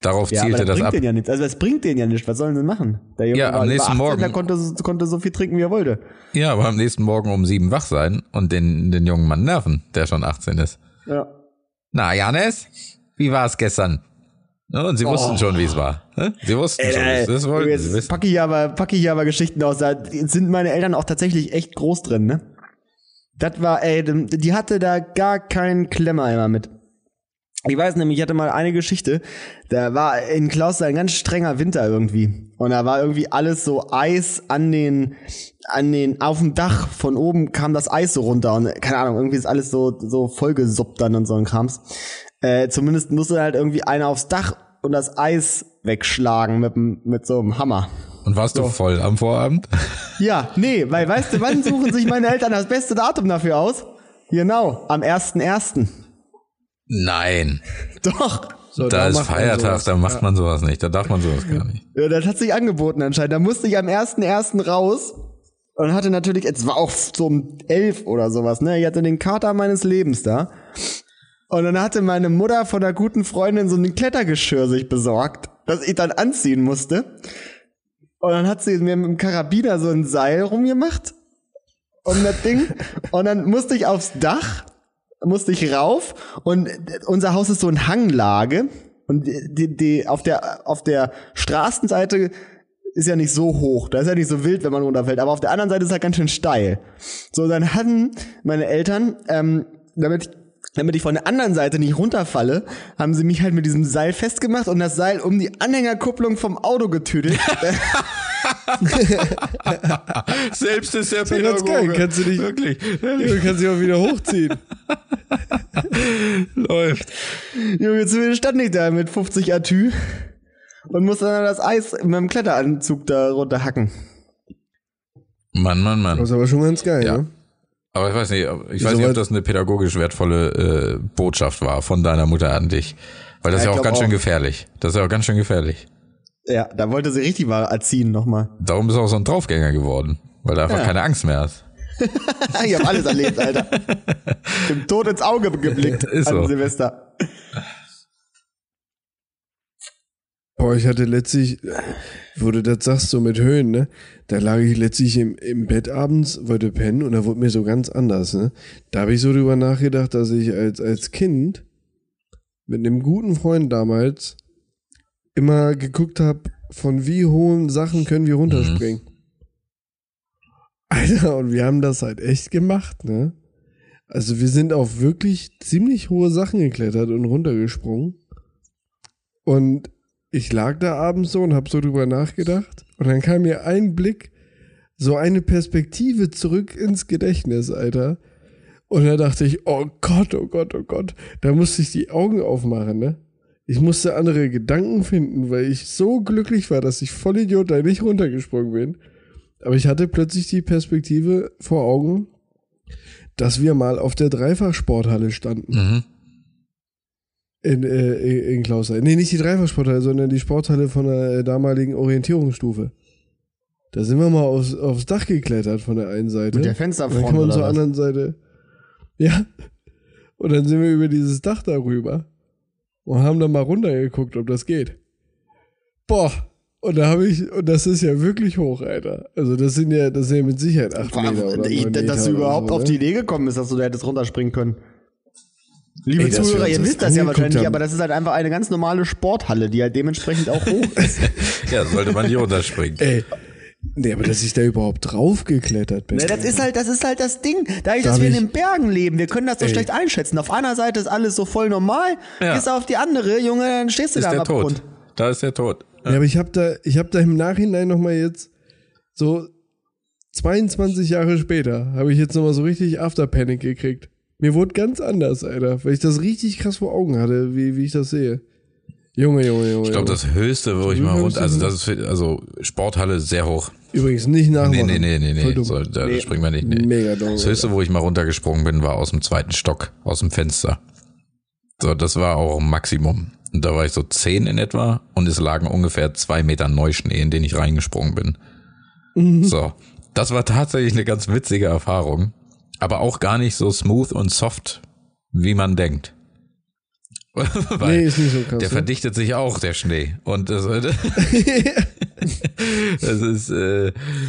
Darauf Ja, aber zielte das das bringt ab. denen ja nichts. Also das bringt denen ja nichts. Was sollen sie denn machen? Der Junge Ja, am über nächsten Morgen. Der konnte, so- konnte so viel trinken, wie er wollte. Ja, aber am nächsten Morgen um sieben wach sein und den, den jungen Mann nerven, der schon 18 ist. Ja. Na, Janis, wie war es gestern? Ja, Und sie wussten schon, wie es war. Hä? Sie wussten schon, wie es- das wollten sie Äh, Jetzt wissen. packe ich aber, packe ich aber Geschichten aus. Da sind meine Eltern auch tatsächlich echt groß drin, ne? Das war, ey, dem- die hatte da gar keinen Klemmeimer mit. Ich weiß nämlich, ich hatte mal eine Geschichte, da war in Klauster ein ganz strenger Winter irgendwie. Und da war irgendwie alles so Eis an den, an den, auf dem Dach von oben kam das Eis so runter und keine Ahnung, irgendwie ist alles so, so vollgesuppt dann und so ein Krams. Äh, zumindest musste halt irgendwie einer aufs Dach und das Eis wegschlagen mit, dem- mit so einem Hammer. Und warst du voll am Vorabend? Ja, nee, weil weißt du, wann suchen sich meine Eltern das beste Datum dafür aus? Genau, am 1.1. Nein. Doch. So, da ist macht man Feiertag, sowas. da macht man sowas nicht. Da darf man sowas gar nicht. Ja, das hat sich angeboten anscheinend. Da musste ich am 1.1. raus und hatte natürlich, es war auch so um 11 oder sowas, ne? Ich hatte den Kater meines Lebens da. Und dann hatte meine Mutter von einer guten Freundin so ein Klettergeschirr sich besorgt, das ich dann anziehen musste. Und dann hat sie mir mit dem Karabiner so ein Seil rumgemacht. Um das Ding. Und dann musste ich aufs Dach, musste ich rauf. Und unser Haus ist so in Hanglage. Und die, die, auf der, auf der Straßenseite ist ja nicht so hoch. Da ist ja nicht so wild, wenn man runterfällt. Aber auf der anderen Seite ist es halt ganz schön steil. So, dann hatten meine Eltern, ähm, damit, damit ich von der anderen Seite nicht runterfalle, haben sie mich halt mit diesem Seil festgemacht und das Seil um die Anhängerkupplung vom Auto getüdelt. Selbst ist der ganz geil. Kannst du nicht- Wirklich. Du kannst dich auch wieder hochziehen. Läuft. Junge, zu mir stand ich da mit 50 Atü und musste dann das Eis mit dem Kletteranzug da runterhacken. Mann, Mann, Mann. Das ist aber schon ganz geil, Ja. ne? Aber ich weiß nicht, ob- ich weiß nicht, ob Soweit- das eine pädagogisch wertvolle äh, Botschaft war von deiner Mutter an dich. Weil das ist ja Ja, ich auch glaub ganz schön auch. gefährlich. Das ist ja auch ganz schön gefährlich. Ja, da wollte sie richtig mal erziehen nochmal. Darum bist du auch so ein Draufgänger geworden. Weil du einfach keine Angst mehr hast. ich hab alles erlebt, Alter. Dem Tod ins Auge geblickt Ist an so. Silvester. Boah, ich hatte letztlich, wo du das sagst, so mit Höhen, ne? Da lag ich letztlich im, im Bett abends, wollte pennen und da wurde mir so ganz anders, ne? Da habe ich so drüber nachgedacht, dass ich als, als Kind mit einem guten Freund damals immer geguckt habe, von wie hohen Sachen können wir runterspringen. Alter, und wir haben das halt echt gemacht, ne? Also wir sind auf wirklich ziemlich hohe Sachen geklettert und runtergesprungen. Und ich lag da abends so und habe so drüber nachgedacht und dann kam mir ein Blick, so eine Perspektive zurück ins Gedächtnis, Alter. Und da dachte ich, oh Gott, oh Gott, oh Gott, da musste ich die Augen aufmachen, ne? Ich musste andere Gedanken finden, weil ich so glücklich war, dass ich voll Idiot da nicht runtergesprungen bin. Aber ich hatte plötzlich die Perspektive vor Augen, dass wir mal auf der Dreifachsporthalle standen. Mhm. In, äh, in in Klausheim. Nee, nicht die Dreifachsporthalle, sondern die Sporthalle von der äh, damaligen Orientierungsstufe. Da sind wir mal aufs, aufs Dach geklettert von der einen Seite. Mit der Und dann Fensterfront kann man oder zur was? anderen Seite. Ja. Und dann sind wir über dieses Dach darüber und haben dann mal runtergeguckt, ob das geht. Boah. Und da habe ich, und das ist ja wirklich hoch, Alter. Also das sind ja, das sind ja mit Sicherheit acht Meter oder Ich- neun Meter dass du oder überhaupt so, auf ne? die Idee gekommen bist, dass du da hättest runterspringen können. Liebe Ey, dass wir Zuhörer, uns ihr das wisst das ja angeguckt wahrscheinlich, haben. aber das ist halt einfach eine ganz normale Sporthalle, die halt dementsprechend auch hoch ist. Ja, sollte man nicht runterspringen. Ey. Nee, aber dass ich da überhaupt drauf geklettert bin. Ne, das ist halt, das ist halt das Ding. Dadurch, Da dass wir hab in ich- den Bergen leben, wir können das so schlecht einschätzen. Auf einer Seite ist alles so voll normal, Ja. gehst auf die andere, Junge, dann stehst du ist da der am tot. Abgrund. Da ist der tot. Ja, aber ich hab da, ich hab da im Nachhinein nochmal jetzt so 22 Jahre später habe ich jetzt nochmal so richtig Afterpanic gekriegt. Mir wurde ganz anders, Alter, weil ich das richtig krass vor Augen hatte, wie, wie ich das sehe. Junge, Junge, Junge. Ich glaube, das höchste, wo ich mal höchste- runter, also das ist, für- also Sporthalle ist sehr hoch. Übrigens nicht Nee, nachmachen. nee, nee, nee, Voll nee. dumm. So, da da springen wir nicht. Nee. Mega dumm. Das höchste, wo ich mal runtergesprungen bin, war aus dem zweiten Stock, aus dem Fenster. So, das war auch ein Maximum. Und da war ich so zehn in etwa und es lagen ungefähr zwei Meter Neuschnee, in den ich reingesprungen bin. So, das war tatsächlich eine ganz witzige Erfahrung, aber auch gar nicht so smooth und soft, wie man denkt. Weil Nee, ist nicht so krass. der ne? verdichtet sich auch, der Schnee. Und das, äh, das ist äh,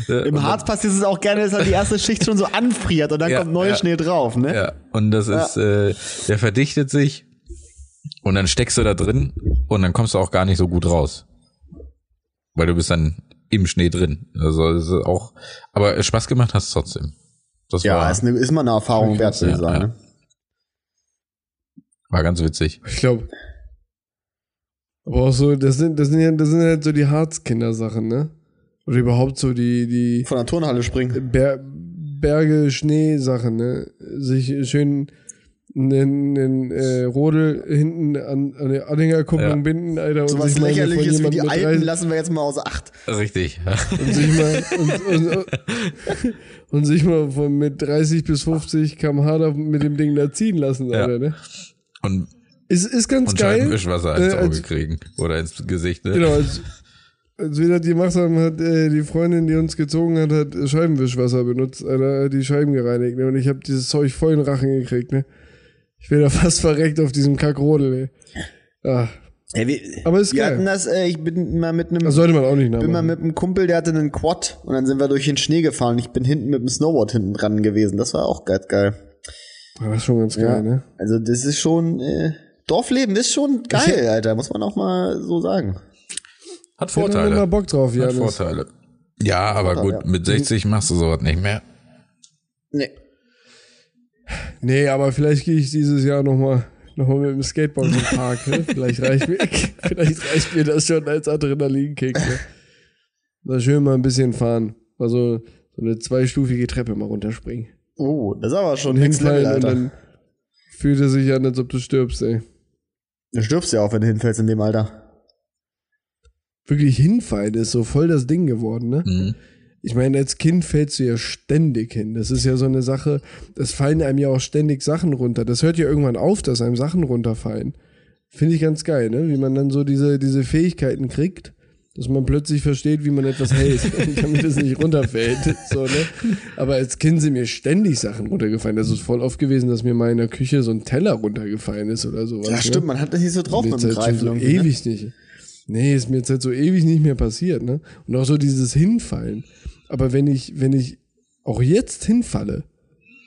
äh, Im Harz passiert es auch gerne, dass halt die erste Schicht schon so anfriert und dann Ja, kommt neuer ja. Schnee drauf, ne? Ja, und das ist, äh, der verdichtet sich und dann steckst du da drin und dann kommst du auch gar nicht so gut raus. Weil du bist dann im Schnee drin. Also es ist auch, aber Spaß gemacht hast trotzdem. Das Ja, war, ist, eine, ist mal eine Erfahrung wert, würde ich Ja, sagen. ja. Ne? war ganz witzig. Ich glaube. Aber auch so, das sind, das sind ja, das sind halt so die Harzkindersachen, ne? Oder überhaupt so die, die. Von der Turnhalle springen. Ber Berge, Schneesachen, ne? Sich schön einen, einen äh, Rodel hinten an, an die Anhängerkupplung Ja. binden, Alter, und So was sich mal hier von lächerliches wie die jemandem Alpen mitreißen lassen wir jetzt mal außer Acht. Richtig. und sich mal und, und, und sich mal von mit 30 bis 50 km/h da mit dem Ding da ziehen lassen, Ja. Alter, ne? Und Es ist ganz Und geil. scheint Mischwasser ins äh, Auge als- kriegen. Oder ins Gesicht. Ne? Genau, als, als wir das gemacht haben, hat äh, die Freundin, die uns gezogen hat, hat Scheibenwischwasser benutzt, Alter, hat die Scheiben gereinigt, ne? Und ich habe dieses Zeug voll in den Rachen gekriegt, ne? Ich wäre da fast verreckt auf diesem Kackrodel, ey. Ah, Ja, wir, Aber ist wir geil. hatten das, äh, ich bin mal mit einem das sollte man auch nicht bin mal nachmachen. mit einem Kumpel, der hatte einen Quad und dann sind wir durch den Schnee gefahren. Ich bin hinten mit dem Snowboard hinten dran gewesen. Das war auch ganz geil. Ah, Das ist schon ganz geil, Ja, ne? Also das ist schon äh, Dorfleben ist schon geil, Alter, muss man auch mal so sagen. Hat Ich hab Vorteile. immer Bock drauf, Hat Janis. Vorteile. Ja, aber gut, mit 60 machst du sowas nicht mehr. Nee. Nee, aber vielleicht gehe ich dieses Jahr nochmal noch mal mit dem Skateboard zum Park. ne? Vielleicht, reicht mir, vielleicht reicht mir das schon als Adrenalinkick. Ne? Da schön mal ein bisschen fahren. Also so eine zweistufige Treppe mal runterspringen. Oh, das ist aber schon Und Next Level, hinfallen und Alter. dann fühlt es sich an, als ob du stirbst, ey. du stirbst ja auch, wenn du hinfällst in dem Alter. Wirklich hinfallen ist so voll das Ding geworden, ne? Mhm. Ich meine, als Kind fällst du ja ständig hin. Das ist ja so eine Sache, das fallen einem ja auch ständig Sachen runter. Das hört ja irgendwann auf, dass einem Sachen runterfallen. Finde ich ganz geil, ne? Wie man dann so diese, diese Fähigkeiten kriegt, dass man plötzlich versteht, wie man etwas hält, damit es nicht runterfällt. So, ne? Aber als Kind sind mir ständig Sachen runtergefallen. Das ist voll oft gewesen, dass mir mal in der Küche so ein Teller runtergefallen ist oder sowas. Ja, ne? stimmt, man hat das nicht so drauf mit Mir dem ist halt schon Greifen. so irgendwie, ne? ewig nicht. Nee, ist mir jetzt halt so ewig nicht mehr passiert, ne? Und auch so dieses Hinfallen. Aber wenn ich, wenn ich auch jetzt hinfalle,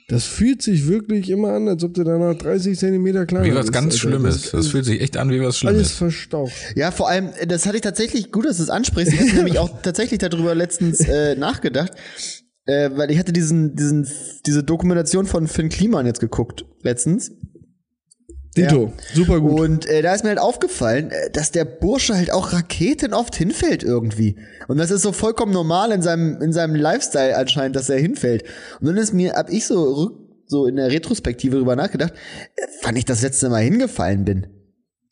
das fühlt sich wirklich immer an, als ob du danach 30 Zentimeter kleiner Also, Wie was bist, ganz also Alter. Schlimmes. Das fühlt sich echt an, wie was alles Schlimmes. verstaucht. Ja, vor allem, äh, das hatte ich tatsächlich, gut, dass du es ansprichst. Ich habe nämlich auch tatsächlich darüber letztens äh, nachgedacht, äh, weil ich hatte diesen, diesen, diese Dokumentation von Finn Kliman jetzt geguckt, letztens. Dito, super gut. Und äh, da ist mir halt aufgefallen, äh, dass der Bursche halt auch Raketen oft hinfällt irgendwie. Und das ist so vollkommen normal in seinem, in seinem Lifestyle anscheinend, dass er hinfällt. Und dann ist mir, hab ich so rück, so in der Retrospektive drüber nachgedacht, äh, wann ich das letzte Mal hingefallen bin.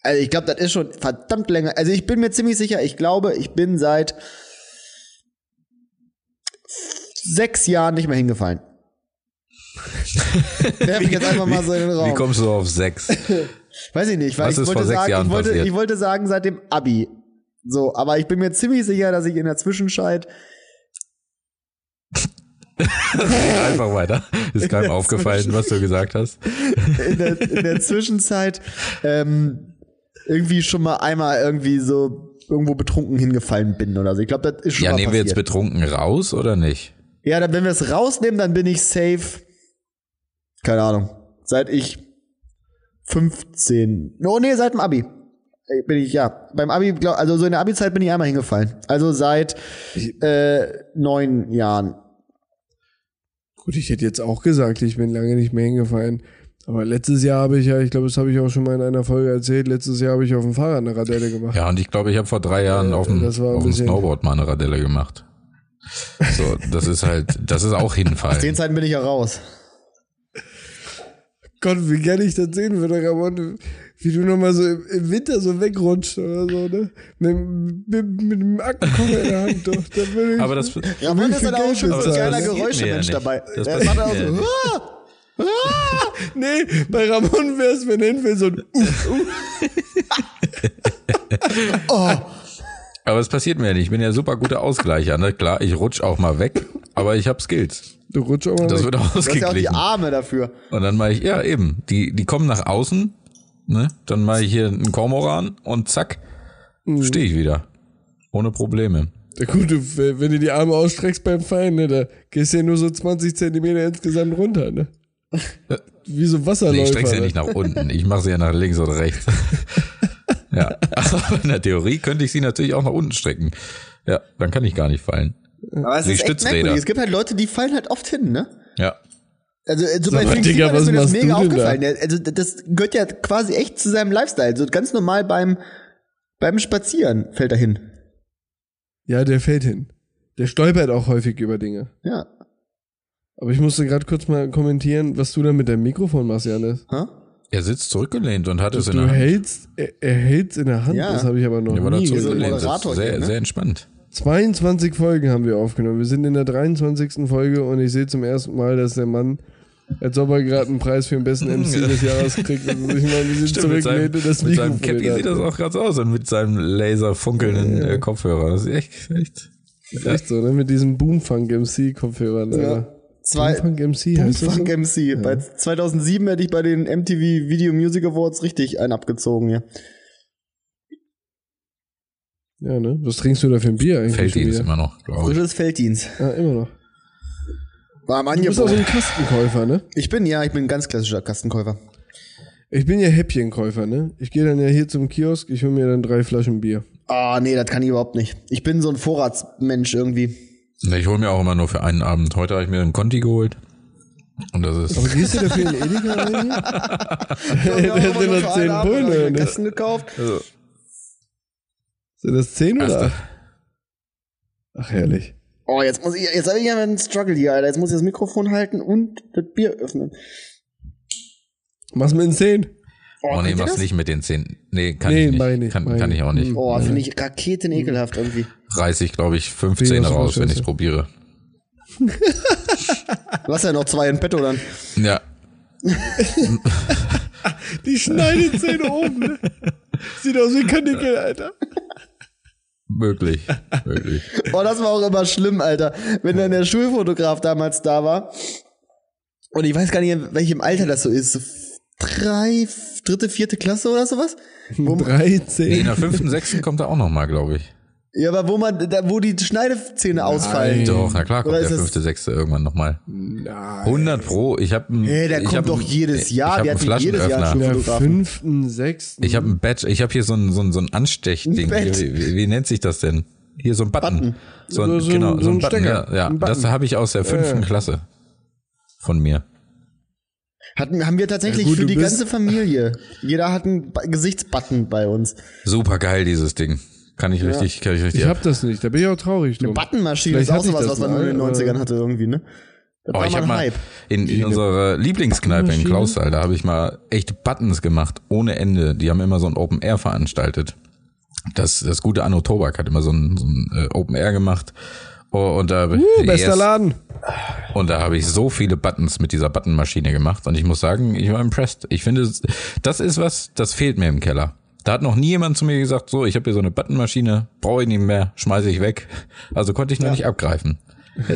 Also ich glaube, das ist schon verdammt länger. Also ich bin mir ziemlich sicher, ich glaube, ich bin seit sechs Jahren nicht mehr hingefallen. Werf ich jetzt einfach mal so in den Raum. Wie kommst du auf sechs? Weiß ich nicht, weil Was ich ist wollte, vor sechs sagen, Jahren ich, wollte, passiert? ich wollte sagen, seit dem Abi. So, aber ich bin mir ziemlich sicher, dass ich in der Zwischenzeit. Einfach weiter. Ist keinem aufgefallen, was du gesagt hast. In der, in der Zwischenzeit ähm, irgendwie schon mal einmal irgendwie so irgendwo betrunken hingefallen bin oder so. Ich glaube, das ist schon Ja, mal nehmen wir passiert. jetzt betrunken raus oder nicht? Ja, dann, wenn wir es rausnehmen, dann bin ich safe. Keine Ahnung. Seit ich 15. Oh nee, seit dem Abi. Äh, Bin ich, ja. Beim Abi, glaub, also so in der Abi-Zeit bin ich einmal hingefallen. Also seit äh, neun Jahren. Gut, ich hätte jetzt auch gesagt, ich bin lange nicht mehr hingefallen. Aber letztes Jahr habe ich ja, ich glaube, das habe ich auch schon mal in einer Folge erzählt, letztes Jahr habe ich auf dem Fahrrad eine Radelle gemacht. Ja, und ich glaube, ich habe vor drei Jahren auf dem, das war ein auf dem bisschen- Snowboard mal eine Radelle gemacht. So, das ist halt, das ist auch hinfallen. Aus den Zeiten bin ich ja raus. Gott, wie gerne ich das sehen würde, Ramon. Wie du nochmal so im, im Winter so wegrutscht oder so, ne? Mit, mit, mit dem Aktenkocher in der Hand. Doch, da würde ich Aber das, Ramon ist viel dann auch Geld schon so ein bezahlen? geiler Das passiert mir ja Geräuschemensch nicht. dabei. Das Er passiert macht auch mir ja so, nicht. "Ah!" Nee, bei Ramon wäre es, wenn er hinfällt, so ein Uff, Uff. aber es passiert mir ja nicht. Ich bin ja super guter Ausgleicher, ne? Klar, ich rutsch auch mal weg, aber ich habe Skills. Du rutschst auch mal Das weg. wird Du hast ja auch die ausgeglichen. Arme dafür. Und dann mache ich, ja eben, die, die kommen nach außen, ne? Dann mache ich hier einen Kormoran und zack, Mhm. stehe ich wieder. Ohne Probleme. Ja, gut, du, wenn du die Arme ausstreckst beim Fallen, ne, da gehst du ja nur so 20 Zentimeter insgesamt runter, ne? Wie so Wasserläufer. Nee, ich streck's ja ne? nicht nach unten. Ich mache sie ja nach links oder rechts. ja. Aber in der Theorie könnte ich sie natürlich auch nach unten strecken. Ja, dann kann ich gar nicht fallen. Aber es Wie ist echt Stützräder. merkwürdig. Es gibt halt Leute, die fallen halt oft hin, ne? Ja. Also äh, so Sag bei mal, Finn Digga, Kliman ist was mir das machst du mega denn aufgefallen. Der- Also d- das gehört ja quasi echt zu seinem Lifestyle. So ganz normal beim beim Spazieren fällt er hin. Ja, der fällt hin. Der stolpert auch häufig über Dinge. Ja. Aber ich musste gerade kurz mal kommentieren, was du da mit deinem Mikrofon machst, Janis. Hä? Er sitzt zurückgelehnt und hat es in Du der Hand. hältst, er, er hält's in der Hand, Ja. das habe ich aber noch Er war da nie gesehen. zurückgelehnt. Das Moderator ist sehr, hier, ne? sehr entspannt. 22 Folgen haben wir aufgenommen. Wir sind in der 23. Folge und ich sehe zum ersten Mal, dass der Mann Als ob er gerade einen Preis für den besten MC des Jahres kriegt. Also ich meine, wir sind mit seinem, zurückgelehnt und das mit seinem Mikrofon. Cappy in sieht der das Hand. auch gerade so aus und mit seinem laserfunkelnden äh, Kopfhörer. Das ist echt, echt. Echt so, ne? Mit diesem Boomfunk MC-Kopfhörern. Ja. Zwei, Boomfunk MC heißt das. so? Funk MC. Bei 2007 hätte ich bei den MTV Video Music Awards richtig einen abgezogen hier. Ja, ne? Was trinkst du da für ein Bier eigentlich? Fällt schon ihm das wieder? immer noch, glaube Oh, ich. Frisches Felddienst. Ah, immer noch. War im Du bist also auch Angebot. so ein Kastenkäufer, ne? Ich bin, ja, ich bin ein ganz klassischer Kastenkäufer. Ich bin ja Häppchenkäufer, ne? Ich gehe dann ja hier zum Kiosk, ich hole mir dann drei Flaschen Bier. Ah, nee, das kann ich überhaupt nicht. Ich bin so ein Vorratsmensch irgendwie. Ne, Ich hole mir auch immer nur für einen Abend. Heute habe ich mir einen Conti geholt. Und das Aber ist. gehst du dafür in Edeka rein? hier? Der hätte noch zehn Bullen, ne? Kasten gekauft. Also, Sind das zehn Erste. oder? acht? Ach, herrlich. Oh, jetzt muss ich, jetzt habe ich ja einen Struggle hier, Alter. Jetzt muss ich das Mikrofon halten und das Bier öffnen. Mach's mit den zehn. oh nee, kennt ihr mach's das? nicht mit den Zähnen. Nee, kann Nee, ich nicht. mach ich nicht, Kann, mach ich kann ich nicht. auch nicht. Hm. Oh, finde ich Raketen ekelhaft irgendwie. Reiß ich, glaube ich, fünf Zähne das ist raus, wenn ich scheiße. probiere. Du hast ja noch zwei in petto dann. Ja. Die Schneidezähne oben, ne? Sieht aus wie Kanickel, Alter. Möglich. Möglich. Oh, das war auch immer schlimm, Alter. Wenn dann der Schulfotograf damals da war. Und ich weiß gar nicht, in welchem Alter das so ist. So Drei, dritte, vierte Klasse oder sowas? Wo, Drei Nee, in Zähne. der fünften, sechsten kommt er auch nochmal, glaube ich. ja, aber wo man, da, wo die Schneidezähne ausfallen. Doch, na klar, kommt Oder der ist das- fünfte, sechste irgendwann nochmal. Nein. 100 pro. Ich habe Hey, der kommt doch jedes Jahr. Ich Der habe hat die jedes In Jahr Flaschenöffner. der Fotografen. fünften, sechsten. Ich habe ein Badge. Ich habe hier so ein so ein, so ein Ein Anstechding. Badge. Hier, Wie, wie, wie nennt sich das denn? Hier so ein Button. So ein, Oder so ein- genau, so ein, so ein Button. Stecker. Ja, ja. Ein das Button. habe ich aus der fünften ja. Klasse von mir. Hatten, haben wir tatsächlich Ja, gut, für du die bist- ganze Familie. Jeder hat einen Ba- Gesichtsbutton bei uns. Super geil dieses Ding. Kann ich richtig, kann ich richtig. Ich hab das nicht, da bin ich auch traurig Eine drum. Buttonmaschine Vielleicht ist auch hatte ich sowas, das was man mal, nur in den aber- 90ern hatte irgendwie, ne? Das Oh, war ich mal habe ein mal Hype. in, in unserer Lieblingskneipe in Buttonmaschine? Klausthal, da habe ich mal echt Buttons gemacht, ohne Ende. Die haben immer so ein Open Air veranstaltet. Das, das gute Anno Tobak hat immer so ein, so ein äh, Open Air gemacht. Oh, und da, Uh, die bester erst- Laden. Und da habe ich so viele Buttons mit dieser Buttonmaschine gemacht. Und ich muss sagen, ich war impressed. Ich finde, das ist was, das fehlt mir im Keller. Da hat noch nie jemand zu mir gesagt, so, ich habe hier so eine Buttonmaschine, brauche ich nicht mehr, schmeiße ich weg. Also konnte ich noch nicht abgreifen.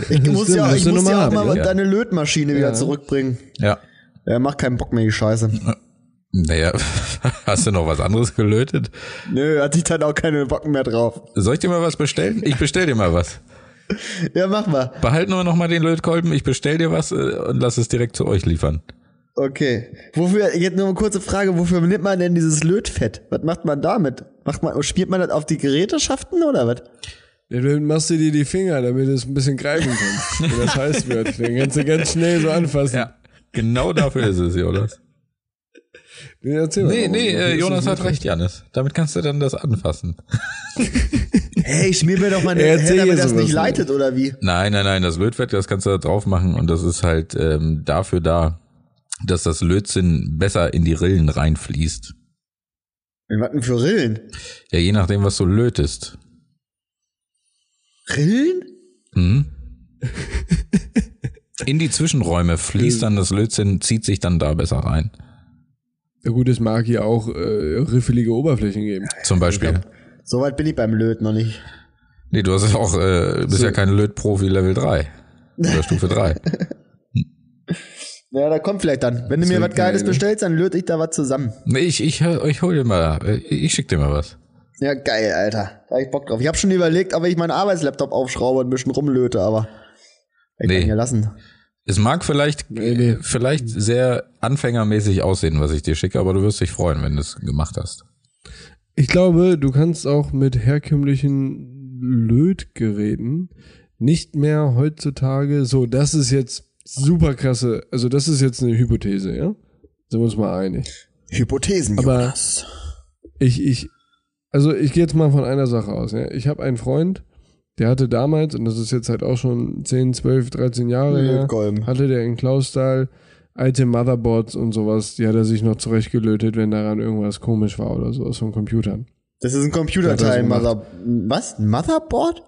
Ich muss stimmt, ja, das ich ist eine muss ja auch Normale, mal ja. deine Lötmaschine wieder zurückbringen. Ja. Er macht keinen Bock mehr, die Scheiße. Naja, hast du noch was anderes gelötet? Nö, hat sich dann auch keine Bocken mehr drauf. Soll ich dir mal was bestellen? Ich bestell dir mal was. Ja, mach mal. Behalten wir noch mal den Lötkolben, ich bestell dir was äh, und lass es direkt zu euch liefern. Okay. Wofür, jetzt nur eine kurze Frage, wofür nimmt man denn dieses Lötfett? Was macht man damit? Macht man, schmiert man das auf die Geräteschaften oder was? Ja, Dann machst du dir die Finger, damit du es ein bisschen greifen kannst. Wenn das heiß wird. Dann kannst du ganz schnell so anfassen. Ja, genau dafür ist es, Jonas. Nee, erzähl mal Nee, warum. nee, Wofür äh, ist Jonas das hat nötig? recht, Janis. Damit kannst du dann das anfassen. Hey, schmier mir doch mal Er eine, erzählt hey, damit das sowas nicht nicht. leitet oder wie? Nein, nein, nein, das Lötwerk, das kannst du da drauf machen und das ist halt ähm, dafür da, dass das Lötzinn besser in die Rillen reinfließt. In was denn für Rillen? Ja, je nachdem, was du lötest. Rillen? Mhm. In die Zwischenräume fließt dann das Lötzinn, zieht sich dann da besser rein. Ja gut, es mag hier auch äh, riffelige Oberflächen geben. Zum Beispiel. Soweit bin ich beim Löten noch nicht. Nee, du hast auch, äh, bist ja kein Lötprofi Level 3. Oder Stufe 3. Ja, da kommt vielleicht dann. Wenn du mir was wird geil, Geiles ne? bestellst, dann löte ich da was zusammen. Nee, ich, ich, ich hol dir mal, äh, ich schick dir mal was. Ja, geil, Alter. Da hab ich Bock drauf. Ich habe schon überlegt, ob ich meinen Arbeitslaptop aufschraube und ein bisschen rumlöte, aber ich Nee. kann ihn ja lassen. Es mag vielleicht, nee. äh, vielleicht sehr anfängermäßig aussehen, was ich dir schicke, aber du wirst dich freuen, wenn du es gemacht hast. Ich glaube, du kannst auch mit herkömmlichen Lötgeräten nicht mehr heutzutage so, das ist jetzt super krasse, also das ist jetzt eine Hypothese, ja? Sind wir uns mal einig. Hypothesen, Aber- Jonas. Ich, ich, also ich gehe jetzt mal von einer Sache aus, ja? Ich habe einen Freund, der hatte damals, und das ist jetzt halt auch schon 10, 12, 13 Jahre her, Lötkolben. hatte der in Klausthal alte Motherboards und sowas, die hat er sich noch zurechtgelötet, wenn daran irgendwas komisch war oder sowas von Computern. Das ist ein Ja, das Computerteil, gemacht. Mother. Was? Ein Motherboard?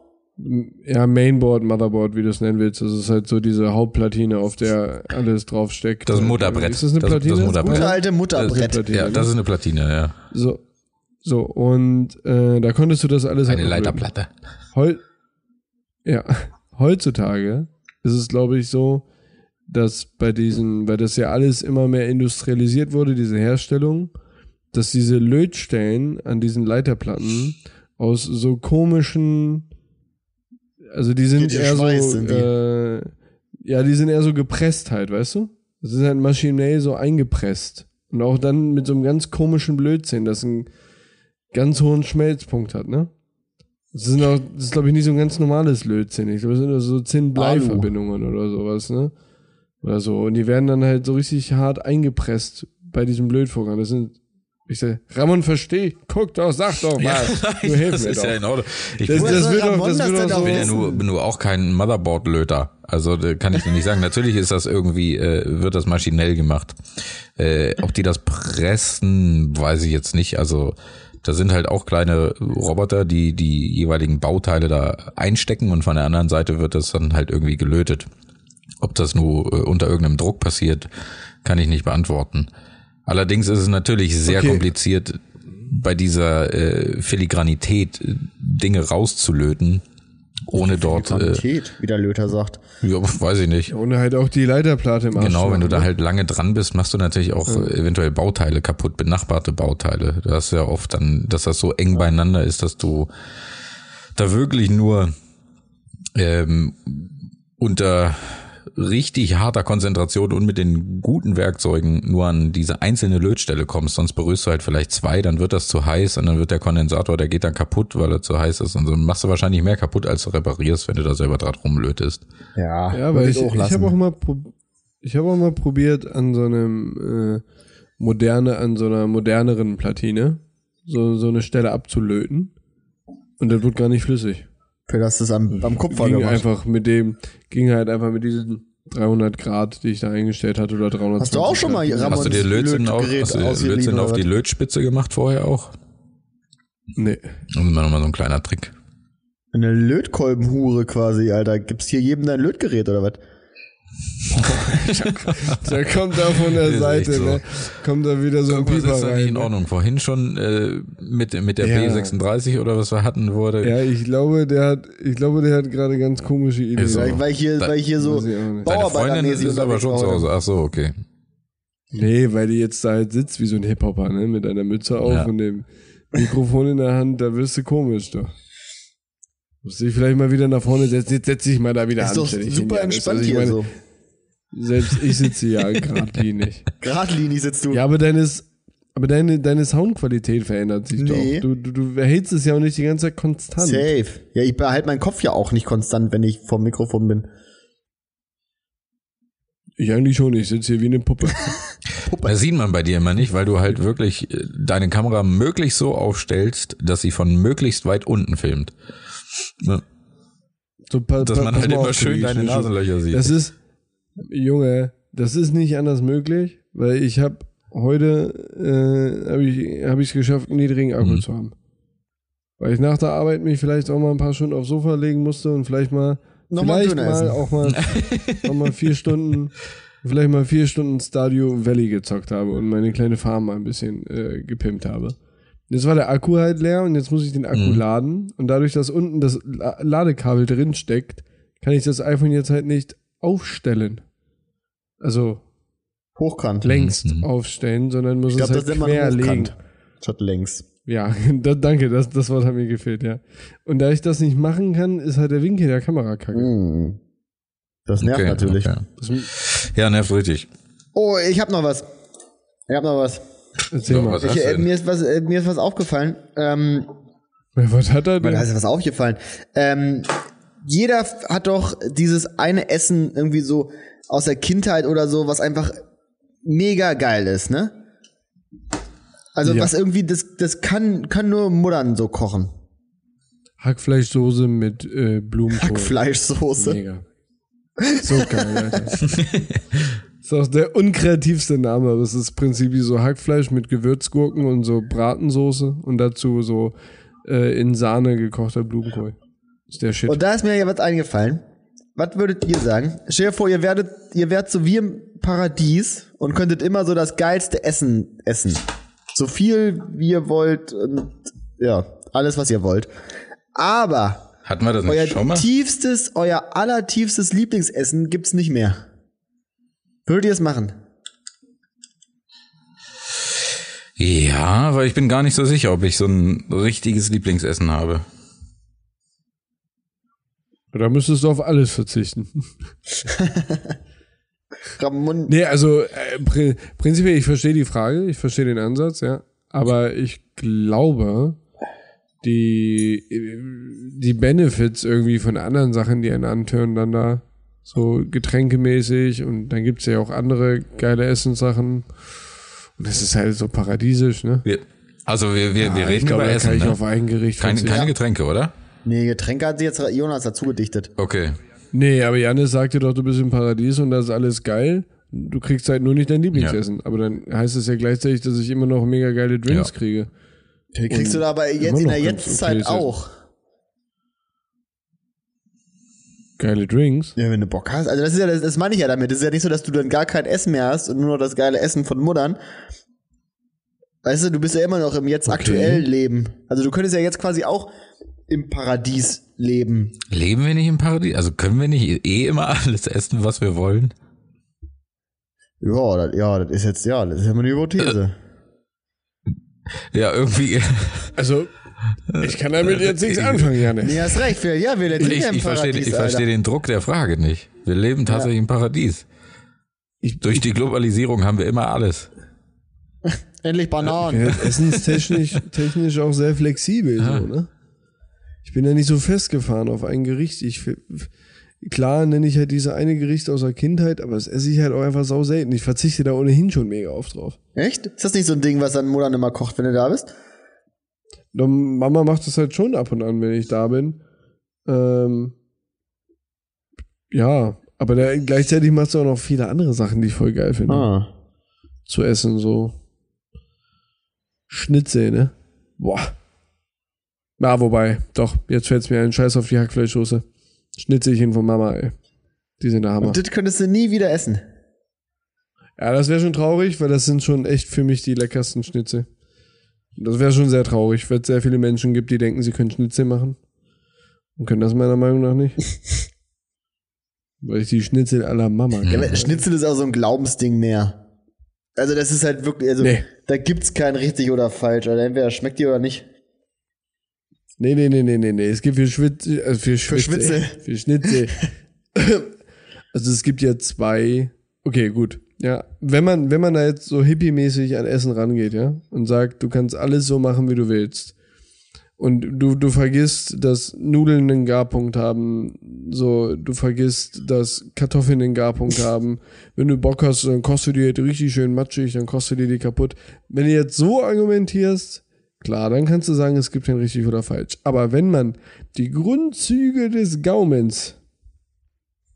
ja, Mainboard, Motherboard, wie du es nennen willst. Das ist halt so diese Hauptplatine, auf der alles draufsteckt. Das Mutterbrett. Ist das eine Das- das Platine? Mutterbrett. Gute alte Das Mutterbrett. ist eine Ja, ne? das ist eine Platine, ja. So, so und äh, da konntest du das alles Eine abbilden. Leiterplatte. Heu ja, heutzutage ist es, glaube ich, so, dass bei diesen, weil das ja alles immer mehr industrialisiert wurde, diese Herstellung, dass diese Lötstellen an diesen Leiterplatten aus so komischen, also die sind Geht ihr eher Schweiß, so, sind die? äh, ja, die sind eher so gepresst halt, weißt du? Das ist halt maschinell so eingepresst. Und auch dann mit so einem ganz komischen Blödsinn, das einen ganz hohen Schmelzpunkt hat, ne? Das, sind auch, das ist, glaube ich, nicht so ein ganz normales Lötzinn. Ich glaube, das sind nur so Zinn-Blei-Verbindungen oder sowas, ne? Oder so. Und die werden dann halt so richtig hart eingepresst bei diesem Lötvorgang. Das sind, ich sag, Ramon, versteh, guck doch, sag doch was. du hilfst das mir ist doch. ja in Ordnung. Ich das, bin, das soll wird doch, Ramon das das wird denn doch auch so bin ja nur, bin nur auch kein Motherboard-Löter. Also da kann ich dir nicht sagen. Natürlich ist das irgendwie, äh, wird das maschinell gemacht. Äh, ob die das pressen, weiß ich jetzt nicht. Also da sind halt auch kleine Roboter, die die jeweiligen Bauteile da einstecken und von der anderen Seite wird das dann halt irgendwie gelötet. Ob das nur äh, unter irgendeinem Druck passiert, kann ich nicht beantworten. Allerdings ist es natürlich sehr Okay. kompliziert, bei dieser äh, Filigranität äh, Dinge rauszulöten, ohne dort, äh, Qualität, wie der Löter sagt. ja, weiß ich nicht. Und halt auch die Leiterplatte im Arsch. Genau, wenn du da ne? halt lange dran bist, machst du natürlich auch äh, eventuell Bauteile kaputt, benachbarte Bauteile. Du hast ja oft dann, dass das so eng beieinander ist, dass du da wirklich nur ähm, unter richtig harter Konzentration und mit den guten Werkzeugen nur an diese einzelne Lötstelle kommst, sonst berührst du halt vielleicht zwei, dann wird das zu heiß und dann wird der Kondensator, der geht dann kaputt, weil er zu heiß ist und so machst du wahrscheinlich mehr kaputt, als du reparierst, wenn du da selber dran rumlötest. Ja, Ja, weil ich, ich habe auch mal prob- ich habe auch mal probiert an so einem äh, moderne an so einer moderneren Platine so so eine Stelle abzulöten und das wurde gar nicht flüssig. Für das ist am, am Kupfer ging gemacht. einfach mit dem ging halt einfach mit diesen 300 Grad, die ich da eingestellt hatte oder 300. Hast du auch schon mal Ramons Hast du dir Lötzinn auf, Lötgerät hast du dir ausgeliehen Lötzinn oder auf die was? Lötspitze gemacht vorher auch? Nee. Das ist immer noch mal so ein kleiner Trick. Eine Lötkolbenhure quasi, Alter. Gibt's hier jedem dein Lötgerät oder was? Da kommt da von der Ist echt Seite, so. ne? kommt da wieder so ein Irgendwas Pieper ist da rein. nicht in ne? Ordnung. Vorhin schon äh, mit, mit der Ja. B36 oder was wir hatten wurde. Ja, ich glaube, der hat ich glaube, der hat gerade ganz komische Ideen. Ist so. Weil, weil ich hier, Da- weil ich hier so Weiß ich auch nicht. Deine Freundin ist, Bauarbeitermäßig ist aber schon zu Hause. Ach so, okay. Nee, weil die jetzt da halt sitzt wie so ein Hip-Hopper, ne? Mit einer Mütze auf Ja. und dem Mikrofon in der Hand, da wirst du komisch, doch. Musst dich vielleicht mal wieder nach vorne setzen. Jetzt setz dich mal da wieder Ist doch anständig hin, super Janis. entspannt Also ich hier meine, so. Selbst ich sitze halt ja geradlinig. Geradlinig sitzt du. Ja, aber deines, aber deine, deine Soundqualität verändert sich Nee. doch. Du, du, du erhältst es ja auch nicht die ganze Zeit konstant. Safe. Ja, ich behalte meinen Kopf ja auch nicht konstant, wenn ich vorm Mikrofon bin. Ich eigentlich schon, ich sitze hier wie eine Puppe. Das sieht man bei dir immer nicht, weil du halt wirklich äh, deine Kamera möglichst so aufstellst, dass sie von möglichst weit unten filmt. Ne? So, pa- Dass pa- man pass halt mal immer auf, schön Tobi, deine ich- Nasenlöcher sieht. Das ist, Junge, das ist nicht anders möglich, weil ich habe heute äh, habe ich habe ich es geschafft, einen niedrigen Akku zu haben, weil ich nach der Arbeit mich vielleicht auch mal ein paar Stunden aufs Sofa legen musste und vielleicht mal Noch mal vielleicht Döner mal essen. auch mal noch mal vier Stunden vielleicht mal vier Stunden Stadio Valley gezockt habe und meine kleine Farm mal ein bisschen äh, gepimpt habe. Jetzt war der Akku halt leer und jetzt muss ich den Akku Mhm. laden. Und dadurch, dass unten das La Ladekabel drin steckt, kann ich das iPhone jetzt halt nicht aufstellen. Also Hochkant. längst Mhm. aufstellen, sondern muss Ich glaube, es halt das nennt man quer legen. Hochkant. Statt längs. Ja, da, danke, das, das Wort hat mir gefehlt, ja. Und da ich das nicht machen kann, ist halt der Winkel der Kamera kacke. Hm. Das nervt Okay, natürlich. okay. Ja, nervt richtig. Oh, ich hab noch was. Ich hab noch was. Erzähl Ja, mal. was- Was, hast Ich, du äh, denn? mir, ist was äh, mir ist was aufgefallen. Ähm, hat er denn? Weil da ist was aufgefallen. Ähm, jeder f- hat doch dieses eine Essen irgendwie so aus der Kindheit oder so, was einfach mega geil ist, ne? Also Ja. was irgendwie, das, das kann, kann nur Muttern so kochen. Hackfleischsoße mit äh, Blumenkohl. Fleischsoße. Mega. So geil, Alter. ist auch der unkreativste Name, aber es ist prinzipiell so Hackfleisch mit Gewürzgurken und so Bratensoße und dazu so äh, in Sahne gekochter Blumenkohl. Ist der Shit. Und da ist mir ja was eingefallen. Was würdet ihr sagen? Stell dir vor, ihr werdet, ihr wärt so wie im Paradies und könntet immer so das geilste Essen essen. So viel wie ihr wollt und ja, alles was ihr wollt. Aber Hatten wir das euer nicht schon mal? tiefstes, euer allertiefstes Lieblingsessen gibt's nicht mehr. Würdet ihr es machen? Ja, weil ich bin gar nicht so sicher, ob ich so ein richtiges Lieblingsessen habe. Da müsstest du auf alles verzichten. Ramon, Nee, also äh, prin- prinzipiell, ich verstehe die Frage, ich verstehe den Ansatz, ja. Aber ich glaube, die, äh, die Benefits irgendwie von anderen Sachen, die einen antören, dann da so getränkemäßig und dann gibt's ja auch andere geile Essenssachen. Und das ist halt so paradiesisch, ne? Wir, also wir, wir, wir Ah, reden ich glaube, über da Essen. kann ich ne? auf ein Gericht keine, verzichten. keine Getränke, oder? Nee, Getränke hat sich jetzt Jonas dazu gedichtet. Okay. Nee, aber Janis sagte doch, du bist im Paradies und das ist alles geil. Du kriegst halt nur nicht dein Lieblingsessen. Aber dann heißt es ja gleichzeitig, dass ich immer noch mega geile Drinks Ja. kriege. Kriegst du da aber jetzt immer in noch der ganz Jetztzeit okayes Essen. auch. Geile Drinks? Ja, wenn du Bock hast. Also das ist ja, das, das meine ich ja damit. Das ist ja nicht so, dass du dann gar kein Essen mehr hast und nur noch das geile Essen von Muttern. Weißt du, du bist ja immer noch im jetzt aktuell Leben. Also du könntest ja jetzt quasi auch im Paradies leben. Leben wir nicht im Paradies? Also können wir nicht eh immer alles essen, was wir wollen? Ja, das, ja, das ist jetzt, ja, das ist ja mal eine Hypothese. Ja, irgendwie. Also, ich kann damit jetzt nichts anfangen, Janis. nee, hast recht, Phil. Ja, wir sind Ich, ja im ich verstehe Paradies, ich verstehe Alter. den Druck der Frage nicht. Wir leben tatsächlich im Paradies. Ich- Durch die Globalisierung haben wir immer alles. Endlich Bananen. Essenstechnisch technisch auch sehr flexibel, so, ne? Ich bin ja nicht so festgefahren auf ein Gericht. Ich, f- f- klar nenne ich halt diese eine Gericht aus der Kindheit, aber das esse ich halt auch einfach sau selten. Ich verzichte da ohnehin schon mega oft drauf. Echt? Ist das nicht so ein Ding, was dann Muttern immer kocht, wenn du da bist? Dann Mama macht das halt schon ab und an, wenn ich da bin. Ähm, ja, aber da, gleichzeitig macht sie auch noch viele andere Sachen, die ich voll geil finde. Ah. Zu essen, so. Schnitzel, ne? Boah. Na, wobei, doch, jetzt fällt's mir ein Scheiß auf die Hackfleischsoße. Schnitzelchen von Mama, ey. Die sind der Hammer. Und das könntest du nie wieder essen. Ja, das wäre schon traurig, weil das sind schon echt für mich die leckersten Schnitzel. Das wäre schon sehr traurig, weil es sehr viele Menschen gibt, die denken, sie können Schnitzel machen. Und können das meiner Meinung nach nicht. weil ich die Schnitzel aller Mama Ja, kenne. aber Schnitzel ist auch so ein Glaubensding mehr. Also das ist halt wirklich, also Nee. da gibt's kein richtig oder falsch. Also entweder schmeckt die oder nicht. Nee, nee, nee, nee, nee, nee. Es gibt für Schwitze, äh, für Schwitze, Schwitze. Für Schnitzel. also es gibt ja zwei. Okay, gut. Ja, wenn man, wenn man da jetzt so hippie-mäßig an Essen rangeht, ja, und sagt, du kannst alles so machen, wie du willst. Und du, du vergisst, dass Nudeln einen Garpunkt haben, so, du vergisst, dass Kartoffeln einen Garpunkt haben. Wenn du Bock hast, dann kochst du die jetzt richtig schön matschig, dann kochst du dir die kaputt. Wenn du jetzt so argumentierst, Klar, dann kannst du sagen, es gibt kein richtig oder falsch. Aber wenn man die Grundzüge des Gaumens,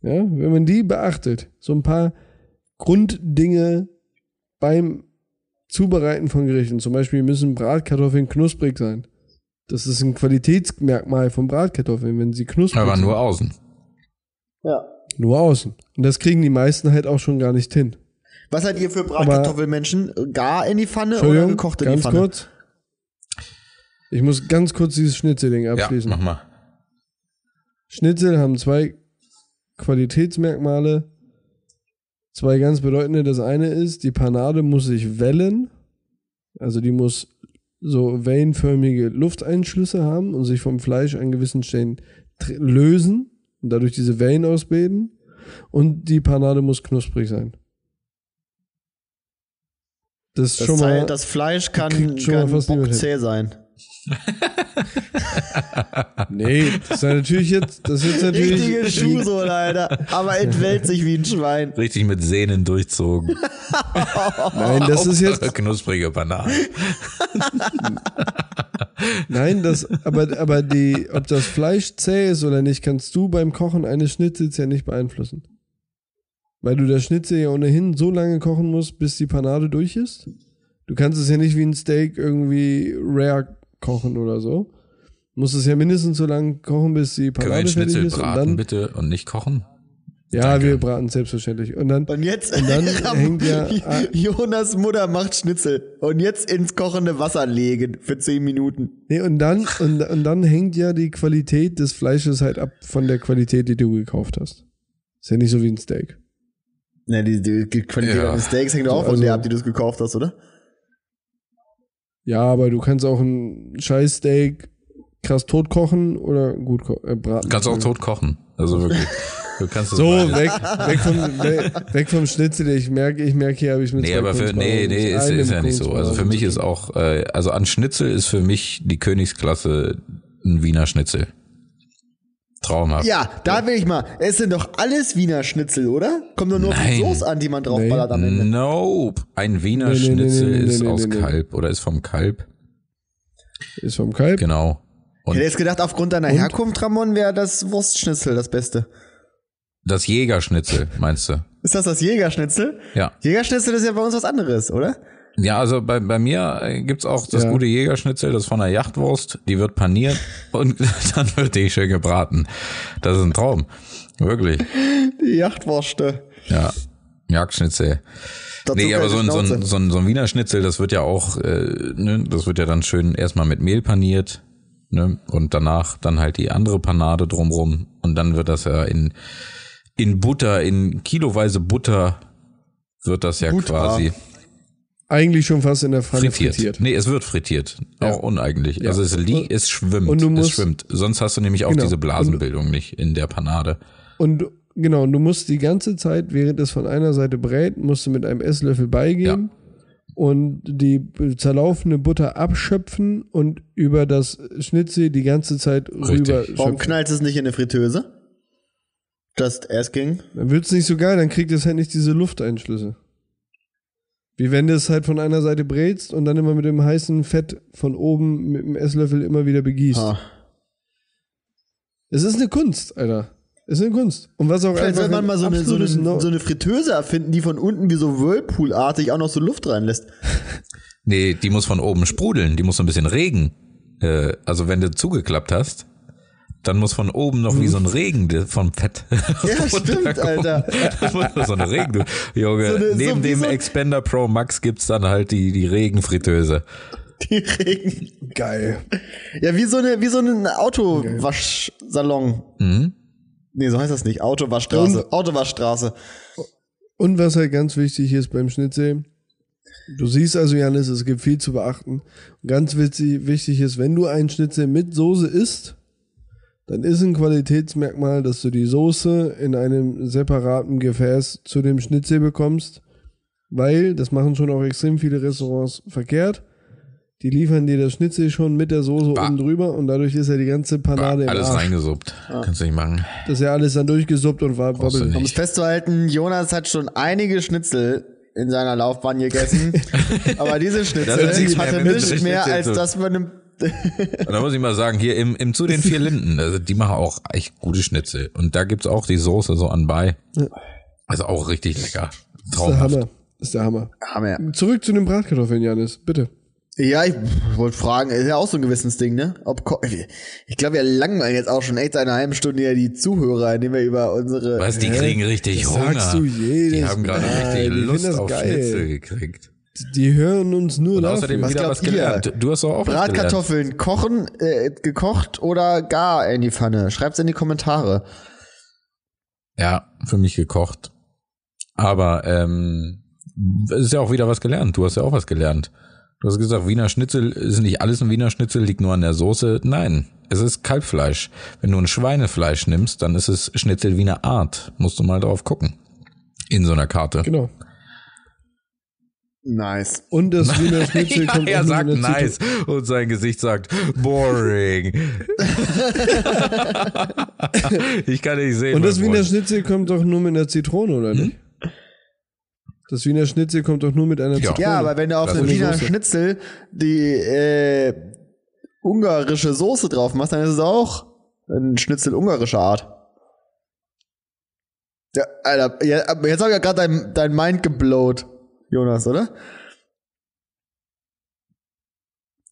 ja, wenn man die beachtet, so ein paar Grunddinge beim Zubereiten von Gerichten, zum Beispiel müssen Bratkartoffeln knusprig sein. Das ist ein Qualitätsmerkmal von Bratkartoffeln, wenn sie knusprig Aber sind. nur außen. Ja. nur außen. Und das kriegen die meisten halt auch schon gar nicht hin. Was seid ihr für Bratkartoffelmenschen? Gar in die Pfanne oder Entschuldigung, gekocht in die ganz Pfanne? kurz. Ich muss ganz kurz dieses Schnitzelding Ja, abschließen. mach mal. Schnitzel haben zwei Qualitätsmerkmale, zwei ganz bedeutende. Das eine ist, die Panade muss sich wellen, also die muss so wellenförmige Lufteinschlüsse haben und sich vom Fleisch an gewissen Stellen tr- lösen und dadurch diese Wellen ausbilden. Und die Panade muss knusprig sein. Das ist Das, schon mal. Teil, das Fleisch kann, kriegt schon mal kann fast niemand hin. zäh sein. nee, das ist natürlich jetzt. Das ist natürlich. Richtige Schuhsohle, Alter. Aber es wählt sich wie ein Schwein. Richtig mit Sehnen durchzogen. Nein, das ist jetzt. Knusprige Banane. Nein, das, aber, aber die, ob das Fleisch zäh ist oder nicht, kannst du beim Kochen eines Schnitzels ja nicht beeinflussen. Weil du das Schnitzel ja ohnehin so lange kochen musst, bis die Panade durch ist. Du kannst es ja nicht wie ein Steak irgendwie rare kochen oder so. Muss es ja mindestens so lange kochen, bis die Können wir den Panade fertig Schnitzel ist. Und braten dann, bitte und nicht kochen? ja, Danke. wir braten selbstverständlich. Und dann, Und jetzt dann hängt ja- ah. Jonas Mutter macht Schnitzel. Und jetzt ins kochende Wasser legen für 10 Minuten. nee, und dann, und, und dann hängt ja die Qualität des Fleisches halt ab von der Qualität, die du gekauft hast. Ist ja nicht so wie ein Steak. Na, die, die die Qualität Ja. ja. des Steaks hängt auch von Also- dir ab, die du es gekauft hast, oder? Ja, aber du kannst auch ein scheiß Steak krass tot kochen oder gut ko- äh, braten. Du kannst auch Entschuldigung. tot kochen. Also wirklich. Du kannst das So, beides. weg, weg, vom, weg, weg vom Schnitzel. Ich merke, ich merke, hier habe ich mit Nee, zwei aber für, Kunstbauern nee, und nee, ist, einem ist ja nicht so. Also für Kunstbauern mich zu ist auch, äh, also an Schnitzel ist für mich die Königsklasse ein Wiener Schnitzel. Traumhaft. Ja, da will ich mal. Es sind doch alles Wiener Schnitzel, oder? Kommt doch nur auf Nein. die Soße an, die man draufballert am Ende. Nope. Ein Wiener Nee, nee, nee, Schnitzel nee, nee, ist nee, aus nee, nee. Kalb oder ist vom Kalb. tun. Ist vom Kalb. Genau. Ich Und hätte jetzt gedacht, aufgrund deiner Herkunft, Ramon, wäre das Wurstschnitzel das Beste. das Jägerschnitzel, meinst du? Ist das das Jägerschnitzel? Ja. Jägerschnitzel ist ja bei uns was anderes, oder? Ja, also bei, bei mir äh, gibt's auch das Ja. gute Jägerschnitzel, das von der Jachtwurst, die wird paniert und dann wird die schön gebraten. Das ist ein Traum. Wirklich. Die Jachtwurste. Ja. Jagdschnitzel. Dazu Nee, aber keine so ein, so, ein, Schnauze. so, ein, so ein Wiener Schnitzel, das wird ja auch, äh, ne, das wird ja dann schön erstmal mit Mehl paniert, ne? Und danach dann halt die andere Panade drumrum und dann wird das ja in, in Butter, in kiloweise Butter wird das ja Butter. quasi Eigentlich schon fast in der Pfanne frittiert. frittiert. Nee, es wird frittiert. Auch uneigentlich. Also es, li es schwimmt. Und du es musst- schwimmt. Sonst hast du nämlich auch Genau. diese Blasenbildung nicht in der Panade. Und du- genau, und du musst die ganze Zeit, während es von einer Seite brät, musst du mit einem Esslöffel beigeben und die zerlaufene Butter abschöpfen und über das Schnitzel die ganze Zeit rüber Warum schöpfen. knallt es nicht in eine Fritteuse? Just asking. Dann wird's nicht so geil, dann kriegt es halt nicht diese Lufteinschlüsse. Wie wenn du es halt von einer Seite brätst und dann immer mit dem heißen Fett von oben mit dem Esslöffel immer wieder begießt. Ha. Es ist eine Kunst, Alter. Es ist eine Kunst. Und was auch Vielleicht einfach sollte man ein mal so eine, so, eine, absolutes No- so eine Fritteuse erfinden, die von unten wie so Whirlpool-artig auch noch so Luft reinlässt. Nee, die muss von oben sprudeln, die muss so ein bisschen Regen. Äh, also wenn du zugeklappt hast, dann muss von oben noch wie so ein Regen de- vom Fett. Mhm. Ja, runterkommen. stimmt, Alter. Das muss doch so eine Regen. Junge, So eine- so neben wie dem so- Expander Pro Max gibt's dann halt die, die Regenfritteuse. Die Regen. Geil. Ja, wie so, eine, wie so ein Autowaschsalon. Mhm. Nee, so heißt das nicht. Autowaschstraße. Autowaschstraße. Und was halt ganz wichtig ist beim Schnitzel, du siehst also, Janis, es gibt viel zu beachten. Und ganz witzig, wichtig ist, wenn du einen Schnitzel mit Soße isst, dann ist ein Qualitätsmerkmal, dass du die Soße in einem separaten Gefäß zu dem Schnitzel bekommst, weil, das machen schon auch extrem viele Restaurants verkehrt, die liefern dir das Schnitzel schon mit der Soße Bah. oben drüber und dadurch ist ja die ganze Bah, Panade im Alles Arsch. reingesuppt. Kannst du nicht machen. Das ist ja alles dann durchgesuppt und war Brauchst du wabbelt. nicht. Um es festzuhalten, Jonas hat schon einige Schnitzel in seiner Laufbahn gegessen. aber diese Schnitzel hat nichts mehr hatte mit nicht mehr Schnitzel als zu- das man einem Und da muss ich mal sagen, hier im, im zu den vier Linden, also die machen auch echt gute Schnitzel. Und da gibt's auch die Soße so anbei. Also auch richtig lecker. Das ist der Traumhaft. Hammer. Das ist der Hammer. Hammer. Zurück zu den Bratkartoffeln, Janis, bitte. Ja, ich wollte fragen, ist ja auch so ein Gewissensding, ne? Ob Ko- ich glaube, wir langweilen jetzt auch schon echt seit einer halben Stunde ja die Zuhörer, indem wir über unsere Weißt, die kriegen richtig Das Hunger. sagst du jedes die haben gerade Mal. richtig Die finden Lust das auf geil. Schnitzel gekriegt. Die hören uns nur Und dafür. außerdem Was wieder glaubt was gelernt. ihr? Du hast doch auch was gelernt. Bratkartoffeln kochen, äh, gekocht oder gar in die Pfanne. Schreibt's in die Kommentare. Ja, für mich gekocht. Aber ähm, es ist ja auch wieder was gelernt. Du hast ja auch was gelernt. Du hast gesagt, Wiener Schnitzel ist nicht alles ein Wiener Schnitzel, liegt nur an der Soße. Nein, es ist Kalbfleisch. Wenn du ein Schweinefleisch nimmst, dann ist es Schnitzel Wiener Art. Musst du mal drauf gucken. In so einer Karte. Genau. Nice. Und das Wiener Schnitzel kommt er auch sagt mit einer Zitrone- nice und sein Gesicht sagt boring. ich kann nicht sehen. Und das mein Wiener Freund. Hm? Schnitzel kommt doch nur mit einer Zitrone, oder nicht? Das Wiener Schnitzel kommt doch nur mit einer Ja. Zitrone. Ja, aber wenn du auf Das den ist Wiener Soße. Schnitzel die äh, ungarische Soße drauf machst, dann ist es auch ein Schnitzel ungarischer Art. Ja, Alter, ja, aber jetzt hab ich ja gerade dein, dein Mind geblowt, Jonas, oder?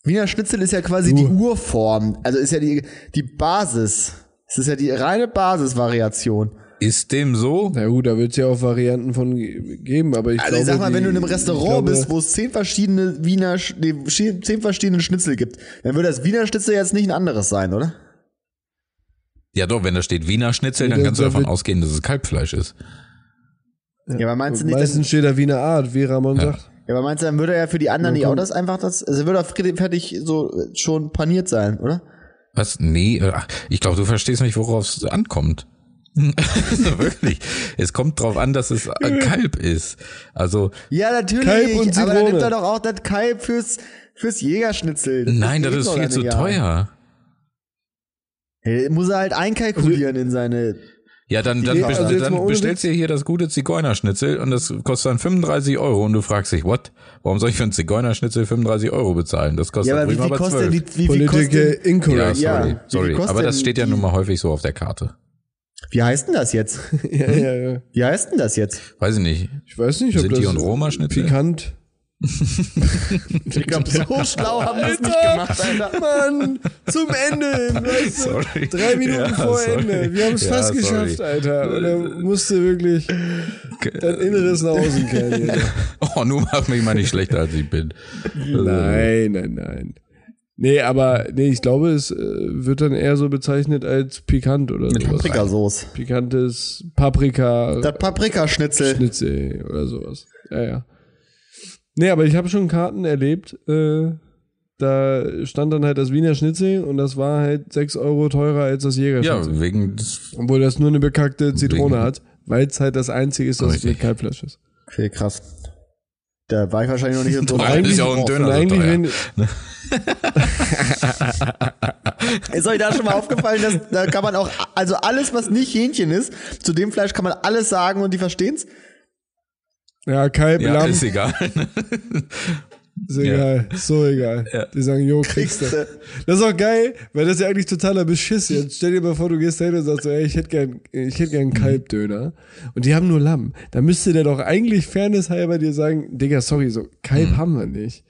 Wiener Schnitzel ist ja quasi die Urform, also ist ja die, die Basis. Es ist ja die reine Basisvariation. Ist dem so? Na gut, da wird es ja auch Varianten von ge- geben, aber ich Also glaube. ich sag mal, die- wenn du in einem ich Restaurant glaube, bist, wo es zehn verschiedene Wiener, Sch- nee, schi- zehn verschiedene Schnitzel gibt, dann würde das Wiener Schnitzel jetzt nicht ein anderes sein, oder? Ja doch, wenn da steht Wiener Schnitzel, dann Das- kannst du das davon wird- ausgehen, dass es Kalbfleisch ist. Ja, aber meinst du nicht, dass, Meistens steht da Wiener Art, wie Ramon sagt. ja, aber meinst du, dann würde er für die anderen nicht auch das einfach das, also würde er fried- fertig so äh, schon paniert sein, oder? Was? Nee, äh, ach, ich glaube, du verstehst nicht, worauf es ankommt. also wirklich. Es kommt drauf an, dass es äh, Kalb ist. Also, Ja, natürlich, Kalb und aber dann Zitrone. nimmt er doch auch das Kalb fürs, fürs Jägerschnitzel. nein, das geht ist doch viel dann zu nicht, ja. teuer. Äh, Muss er halt einkalkulieren in seine Ja, dann, dann, Ja, also best- jetzt mal dann ohne bestellst du hier das gute Zigeunerschnitzel und das kostet dann 35 Euro und du fragst dich, what? Warum soll ich für ein Zigeunerschnitzel 35 Euro bezahlen? Das kostet Ja, aber wie drüber viel aber kostet denn 12. die, wie viel kostet Political denn, ja, incorrect. Ja, sorry, wie viel sorry. kostet aber das denn steht ja die- nun mal häufig so auf der Karte. wie heißt denn das jetzt? Ja, ja, ja. Wie heißt denn das jetzt? Weiß ich nicht. Ich weiß nicht, ob Sinti das und Roma-Schnitzel? pikant. Ich glaube, so schlau haben wir es nicht gemacht, Alter. Mann, zum Ende. hin, Weißt du? Sorry. Drei Minuten Ja, vor sorry. Ende. Wir haben es Ja, fast sorry. geschafft, Alter. Und er musste wirklich dein Inneres nach außen kehren. Junge. Oh, nun mach mich mal nicht schlechter, als ich bin. Nein, nein, nein. Nee, aber nee, ich glaube, es äh, wird dann eher so bezeichnet als pikant oder Mit sowas. Paprikasauce. Pikantes Paprika. Das Paprikaschnitzel. Schnitzel oder sowas. Ja, ja. Nee, aber ich habe schon Karten erlebt, äh, da stand dann halt das Wiener Schnitzel und das war halt 6 Euro teurer als das Jägerschnitzel. Ja, wegen des, Obwohl das nur eine bekackte Zitrone Wegen- hat, weil es halt das einzige ist, das Richtig. mit Kalbfleisch ist. Okay, krass. Da war ich wahrscheinlich noch nicht so Nein, drauf. ist ja auch ein Döner. Und so eigentlich, teuer. wenn, Ist euch da schon mal aufgefallen, dass da kann man auch, also alles, was nicht Hähnchen ist, zu dem Fleisch kann man alles sagen und die verstehen's? ja, Kalb, ja, Lamm, ist ist egal. egal. So egal. Die sagen, jo, kriegst du. Kriegste. Das ist auch geil, weil das ist ja eigentlich totaler Beschiss. Jetzt stell dir mal vor, du gehst da hin und sagst so, ey, ich hätte gern, ich hätte Mhm. gern einen Kalbdöner. Und die haben nur Lamm. Da müsste der doch eigentlich fairnesshalber dir sagen, Digga, sorry, so Kalb Mhm. haben wir nicht.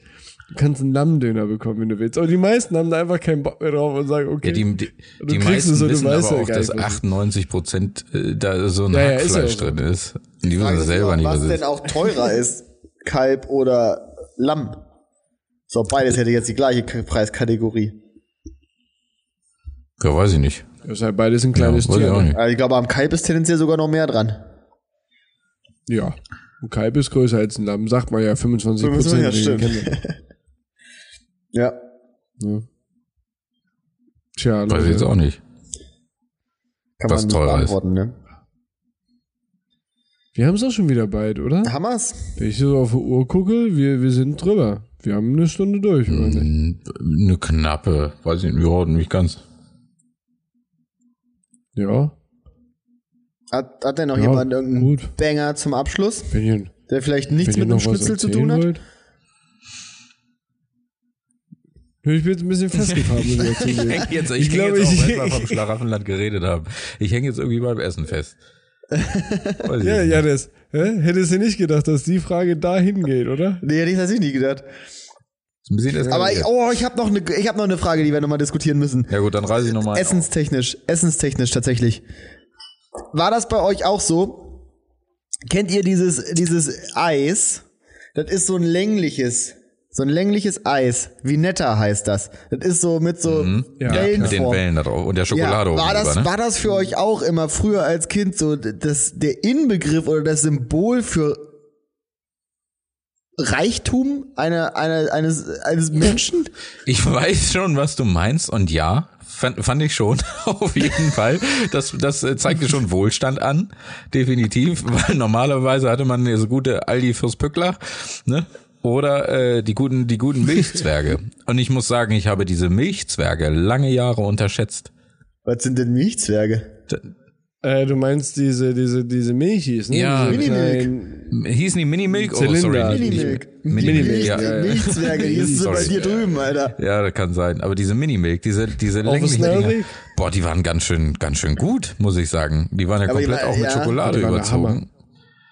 Du kannst einen Lammdöner bekommen, wenn du willst. Aber die meisten haben da einfach keinen Bock mehr drauf und sagen, okay. Ja, die, die, Du die kriegst meisten es und du wissen weißt aber ja auch, gar dass nicht, was es ist. 98 Prozent äh, da so ein Ja, ja, ist ja Hackfleisch auch so. drin ist. Und die wissen Frage das ist selber immer, nicht, was was es denn ist. auch teurer ist, Kalb oder Lamm. So, beides hätte jetzt die gleiche K- Preiskategorie. Ja, weiß ich nicht. das ist halt beides ein Ja, kleines weiß ich Tier. auch ne? nicht. Also ich glaube, am Kalb ist tendenziell sogar noch mehr dran. Ja. Ein Kalb ist größer als ein Lamm, sagt man ja, 25 Prozent. Ja, stimmt. Ja. Tja, Weiß ich jetzt auch nicht. Kann Was man nicht teurer ist. beantworten, ne? wir haben es auch schon wieder bald, oder? Hammers? Wenn ich so auf die Uhr gucke, wir, wir sind drüber. Wir haben eine Stunde durch, oder Mhm. nicht? Hm, Eine knappe, weiß ich nicht, ja, nicht ganz. Ja, Hat, hat denn noch Ja, jemand irgendeinen gut. Banger zum Abschluss, wenn ihr, der vielleicht wenn nichts ihr mit noch dem was Schnitzel erzählen zu tun hat? wollt. Ich bin jetzt ein bisschen festgefahren. muss ich dazu sagen. Jetzt, Ich ich häng glaube, jetzt ich- auch, wenn wir vom Schlaraffenland geredet haben. Ich hänge jetzt irgendwie beim Essen fest. Weiß ich ja, nicht. ja, das. Hä? Hättest du nicht gedacht, dass die Frage dahin geht, oder? Nee, hätte ich tatsächlich nie gedacht. Ist ein bisschen Aber eskaliert. ich, oh, ich habe noch, eine- ich hab noch eine Frage, die wir nochmal diskutieren müssen. Ja gut, dann reise ich nochmal. Essenstechnisch, essenstechnisch tatsächlich. War das bei euch auch so? Kennt ihr dieses, dieses Eis? Das ist so ein längliches, so ein längliches Eis. Vinetta heißt das. Das ist so mit so Ja, Mhm. Ja, mit den Wellenform. Wellen da drauf und der Schokolade Ja, oben war, das, drüber, ne? war das für euch auch immer früher als Kind so das, der Inbegriff oder das Symbol für Reichtum einer, einer, eines, eines Menschen? Ich weiß schon, was du meinst und ja, fand, fand ich schon, auf jeden Fall. Das, das äh, zeigte schon Wohlstand an, definitiv, weil normalerweise hatte man ja so gute Aldi fürs Pückler, ne? Oder äh, die guten, die guten Milchzwerge. Und ich muss sagen, ich habe diese Milchzwerge lange Jahre unterschätzt. Was sind denn Milchzwerge? Äh, du meinst diese, diese, diese Milchis, ne? Ja. Diese Minimilk. kleinen- Hießen die Minimilk? Oh, Zylinder. sorry. nicht- Minimilk. nicht- Minimilk, Milch- ja. Milchzwerge, die sind so bei Sorry. dir drüben, Alter. Ja, das kann sein. Aber diese Minimilk, diese, diese länglichen Snarly? Dinger, boah, die waren ganz schön, ganz schön gut, muss ich sagen. Die waren ja Aber die komplett war- auch mit ja, Schokolade die waren der überzogen. Hammer.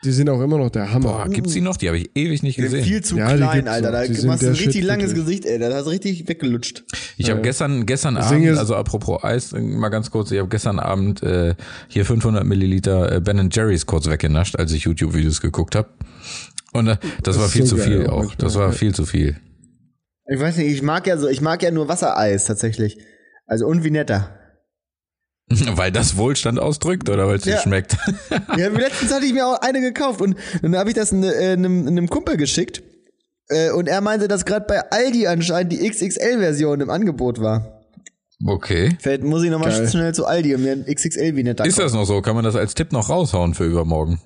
Die sind auch immer noch der Hammer. Boah, gibt's die noch? Die habe ich ewig nicht Die sind gesehen. viel zu Ja, die klein, gibt's Alter. noch. Da Die sind machst du der ein richtig Shit, langes wirklich. Gesicht, ey. Da hast du richtig weggelutscht. Ich habe gestern, gestern Ding Abend, ist- also apropos Eis, äh, mal ganz kurz, ich habe gestern Abend äh, hier 500 Milliliter äh, Ben Jerry's kurz weggenascht, als ich YouTube-Videos geguckt habe. Und äh, das, war ist viel so zu geil viel auch auch. manchmal, Das war ja. viel zu viel. Ich weiß nicht, ich mag ja so, ich mag ja nur Wassereis tatsächlich. Also und Vinetta. Weil das Wohlstand ausdrückt oder weil es dir Ja. schmeckt. Ja, letztens hatte ich mir auch eine gekauft und dann habe ich das ne- äh, einem, einem Kumpel geschickt. Äh, und er meinte, dass gerade bei Aldi anscheinend die XXL-Version im Angebot war. Okay. Vielleicht muss ich nochmal Geil. schnell zu Aldi und mir ein XXL Vinetta Ist das noch so? Kann man das als Tipp noch raushauen für übermorgen?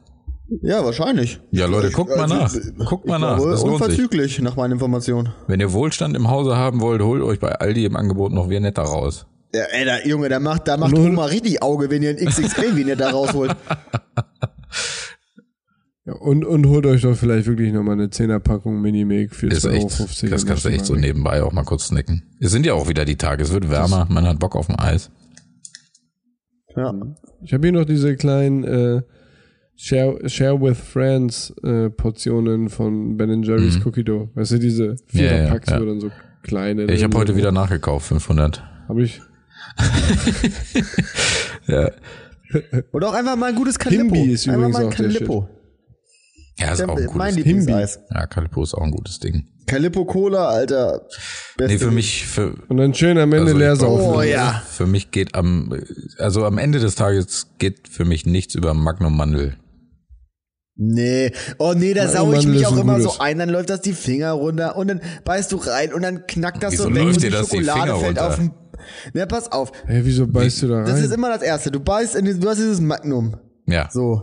Ja, wahrscheinlich. Ja, Leute, guckt mal nach. Guckt mal nach. also, Glaube, Das lohnt sich. unverzüglich, nach meinen Informationen. Wenn ihr Wohlstand im Hause haben wollt, holt euch bei Aldi im Angebot noch Vianetta raus. Ja, ey, da, Junge, da macht, da macht Null. Oma richtig Auge, wenn ihr ein XXL Vinetta rausholt. Ja, und, und holt euch doch vielleicht wirklich nochmal eine 10er-Packung Minimake für Ist 2,50 echt, Euro. das kannst du echt so nebenbei auch mal kurz snacken. Es sind ja auch wieder die Tage, es wird wärmer, man hat Bock auf ein Eis. Ja. Ich habe hier noch diese kleinen äh, Share, Share with Friends äh, Portionen von Ben Jerry's Cookie Dough. Weißt du, diese Mhm. Ja, ja, Viererpacks, ja. wo dann so kleine. Ich habe drin heute sind. wieder nachgekauft, 500. Hab ich Ja, Oder auch einfach mal ein gutes Calippo. Himbi ist einfach übrigens mal ein auch der Calippo. ja ist Der- auch ein mein gutes Ding. Lieblingseis. Ja, Calippo ist auch ein gutes Ding. Calippo Cola, Alter. Beste Nee, für mich, für, Und dann schön am Ende Also, leer saufen. Oh ja. für mich geht am, also am Ende des Tages geht für mich nichts über Magnum Mandel. Nee. Oh nee, da Mann, sau ich Mann, mich das auch ist ein immer gutes. so ein, dann läuft das die Finger runter und dann beißt du rein und dann knackt das Wieso so weg läuft und dir das die Finger runter? auf den. Na, pass auf. Hä, wieso beißt du da rein? Das ist immer das Erste. Du beißt in diesen, du hast dieses Magnum. Ja. So.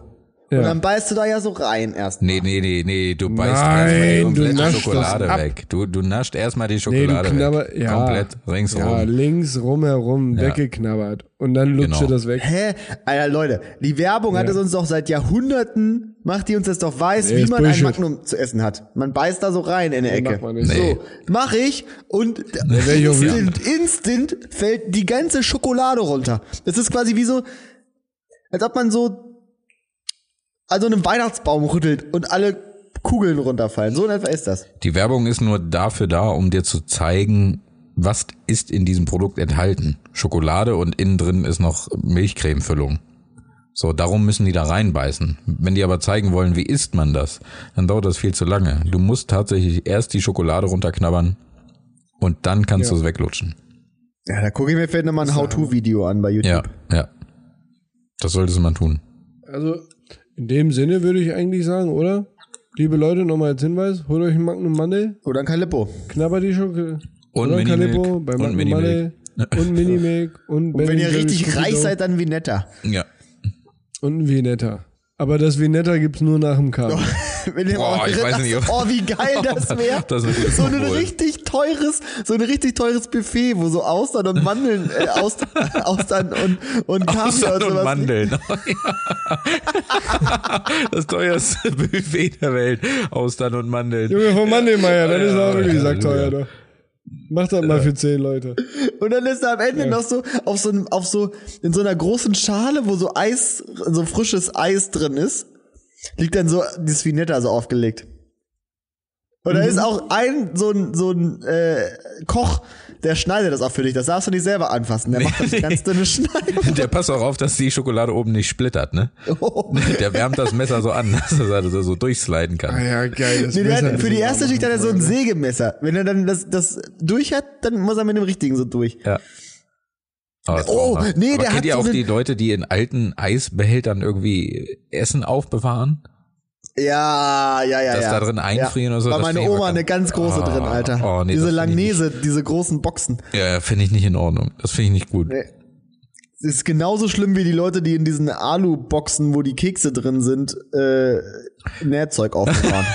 Ja. Und dann beißt du da ja so rein erst. Nee, nee, nee, nee, du beißt Nein, erstmal die du komplette naschst Schokolade das ab. weg. Du, du nascht erstmal die nee, du Schokolade knabber, weg. ja. Komplett ringsrum. Ja, links rum herum weggeknabbert. Und dann lutsche Genau. das weg. Hä? Alter, Leute, die Werbung hat es uns doch seit Jahrhunderten, macht die uns das doch weiß, Nee, wie ist man ein Bullshit. Magnum zu essen hat. Man beißt da so rein in die Ecke. macht man nicht. Nee. So, mach ich und wär ich auch instant, instant fällt die ganze Schokolade runter. Das ist quasi wie so, als ob man so also einen Weihnachtsbaum rüttelt und alle Kugeln runterfallen. So in etwa ist das. Die Werbung ist nur dafür da, um dir zu zeigen, was ist in diesem Produkt enthalten. Schokolade und innen drin ist noch Milchcremefüllung. So, darum müssen die da reinbeißen. Wenn die aber zeigen wollen, wie isst man das, dann dauert das viel zu lange. Du musst tatsächlich erst die Schokolade runterknabbern und dann kannst du es weglutschen. Ja, da gucke ich mir vielleicht nochmal ein How-To-Video an bei YouTube. Ja, ja. Das solltest du mal tun. Also, in dem Sinne würde ich eigentlich sagen, oder? Liebe Leute, nochmal als Hinweis, holt euch einen Magnum Mandel, Oder ein Calippo. knabber die Schokolade. Und oder Minimilk. Calippo, bei Und Magnum Minimilk. Mandel und Minimilk und, Und wenn ihr richtig Jerry's reich Cookie seid, dann wie netter. Ja. Und ein Vinetta. Aber das Vinetta gibt's nur nach dem Kampf. Wenn ihr Boah, mal- ich weiß nicht, ob- oh, wie geil das wäre. ob das eine gute so ein Kombo ist. richtig teures, so ein richtig teures Buffet, wo so Austern und Mandeln, äh, Austern, Austern und, und Kaviar und Austern und sowas. Mandeln. das teuerste Buffet der Welt. Austern und Mandeln. Junge von Mandelmeier, das ist auch wirklich ja, sackteuer doch. Mach das mal für zehn Leute. Und dann ist da am Ende noch so auf so einem, auf so, in so einer großen Schale, wo so Eis, so frisches Eis drin ist, liegt dann so dieses Vinetta so aufgelegt. Und da ist auch ein, so ein, so ein äh, Koch, der schneidet das auch für dich. Das darfst du nicht selber anfassen. Der macht das eine ganz dünne Schneide. Der passt auch auf, dass die Schokolade oben nicht splittert, ne? Der wärmt das Messer so an, dass er das so durchsliden Ah kann. ja, geil. Das Messer Nee, der hat, ist halt halt für die ein erste Schicht hat er so ein Sägemesser. Wenn er dann das, das durch hat, dann muss er mit dem richtigen so durch. Ja. Aber das Oh, braucht man. nee, Aber der kennt hat ihr so auch einen- die Leute, die in alten Eisbehältern irgendwie Essen aufbewahren? Ja, ja, ja. Das ja. da drin einfrieren oder so, War das meine find ich Oma aber eine ganz große Ah, drin, Alter. oh, nee, diese das find ich Langnese, diese großen Boxen. Ja, finde ich nicht in Ordnung. Das finde ich nicht gut. Nee. Das ist genauso schlimm wie die Leute, die in diesen Alu-Boxen, wo die Kekse drin sind, äh, Nährzeug aufbewahren.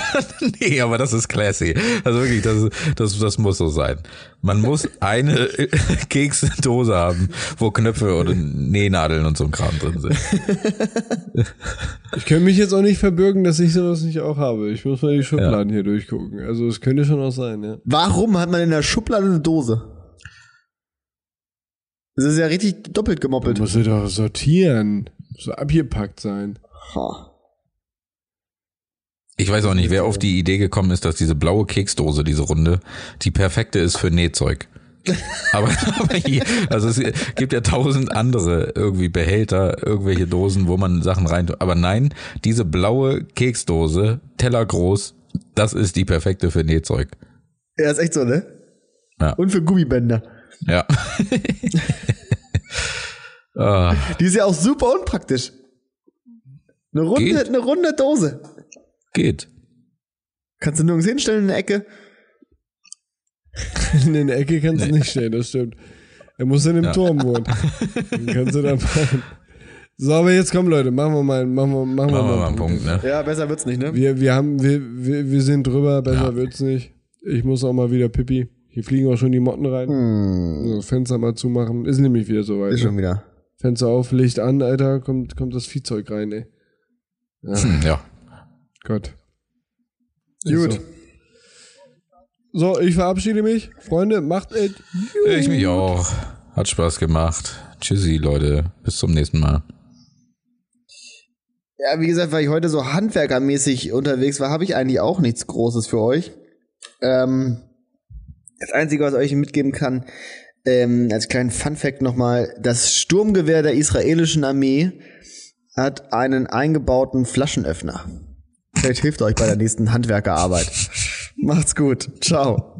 Nee, aber das ist classy. Also wirklich, das, ist- das, das muss so sein. Man muss eine Keksdose haben, wo Knöpfe oder Nähnadeln und so ein Kram drin sind. Ich könnte mich jetzt auch nicht verbürgen, dass ich sowas nicht auch habe. Ich muss mal die Schubladen hier durchgucken. Also es könnte schon auch sein, ja. Warum hat man in der Schublade eine Dose? Das ist ja richtig doppelt gemoppelt. Muss er doch sortieren. So abgepackt sein. Ha. Ich weiß auch nicht, wer auf die Idee gekommen ist, dass diese blaue Keksdose, diese Runde, die perfekte ist für Nähzeug. aber, aber hier, also es gibt ja tausend andere irgendwie Behälter, irgendwelche Dosen, wo man Sachen rein tut. Aber nein, diese blaue Keksdose, tellergroß, das ist die perfekte für Nähzeug. Ja, ist echt so, ne? Ja. Und für Gummibänder. Ja. ah, Die ist ja auch super unpraktisch. Eine runde, Geht. eine runde Dose. geht. Kannst du nirgends hinstellen in der Ecke. In der Ecke kannst du nicht stehen, das stimmt. Er muss in dem Turm wohnen. Dann kannst du da machen. So, aber jetzt komm, Leute, machen wir mal, machen wir, machen wir Machen wir mal mal einen einen Punkt. Punkt, ne? Ja, besser wird's nicht, ne? Wir, wir haben, wir, wir, wir sind drüber, besser Ja. wird's nicht. Ich muss auch mal wieder Pipi. Hier fliegen auch schon die Motten rein. Also Fenster mal zumachen. Ist nämlich wieder soweit. Hm. Ist Ne? schon wieder. Fenster auf, Licht an, Alter, kommt, kommt das Viehzeug rein, ey. Hm, ja. Gott. Gut. Ist So, So, ich verabschiede mich. Freunde, macht es. Ich mich auch. Hat Spaß gemacht. Tschüssi, Leute. Bis zum nächsten Mal. Ja, wie gesagt, weil ich heute so handwerkermäßig unterwegs war, habe ich eigentlich auch nichts Großes für euch. Ähm, das Einzige, was ich euch mitgeben kann, ähm, als kleinen Fun-Fact nochmal, das Sturmgewehr der israelischen Armee hat einen eingebauten Flaschenöffner. Vielleicht hilft euch bei der nächsten Handwerkerarbeit. Macht's gut. Ciao.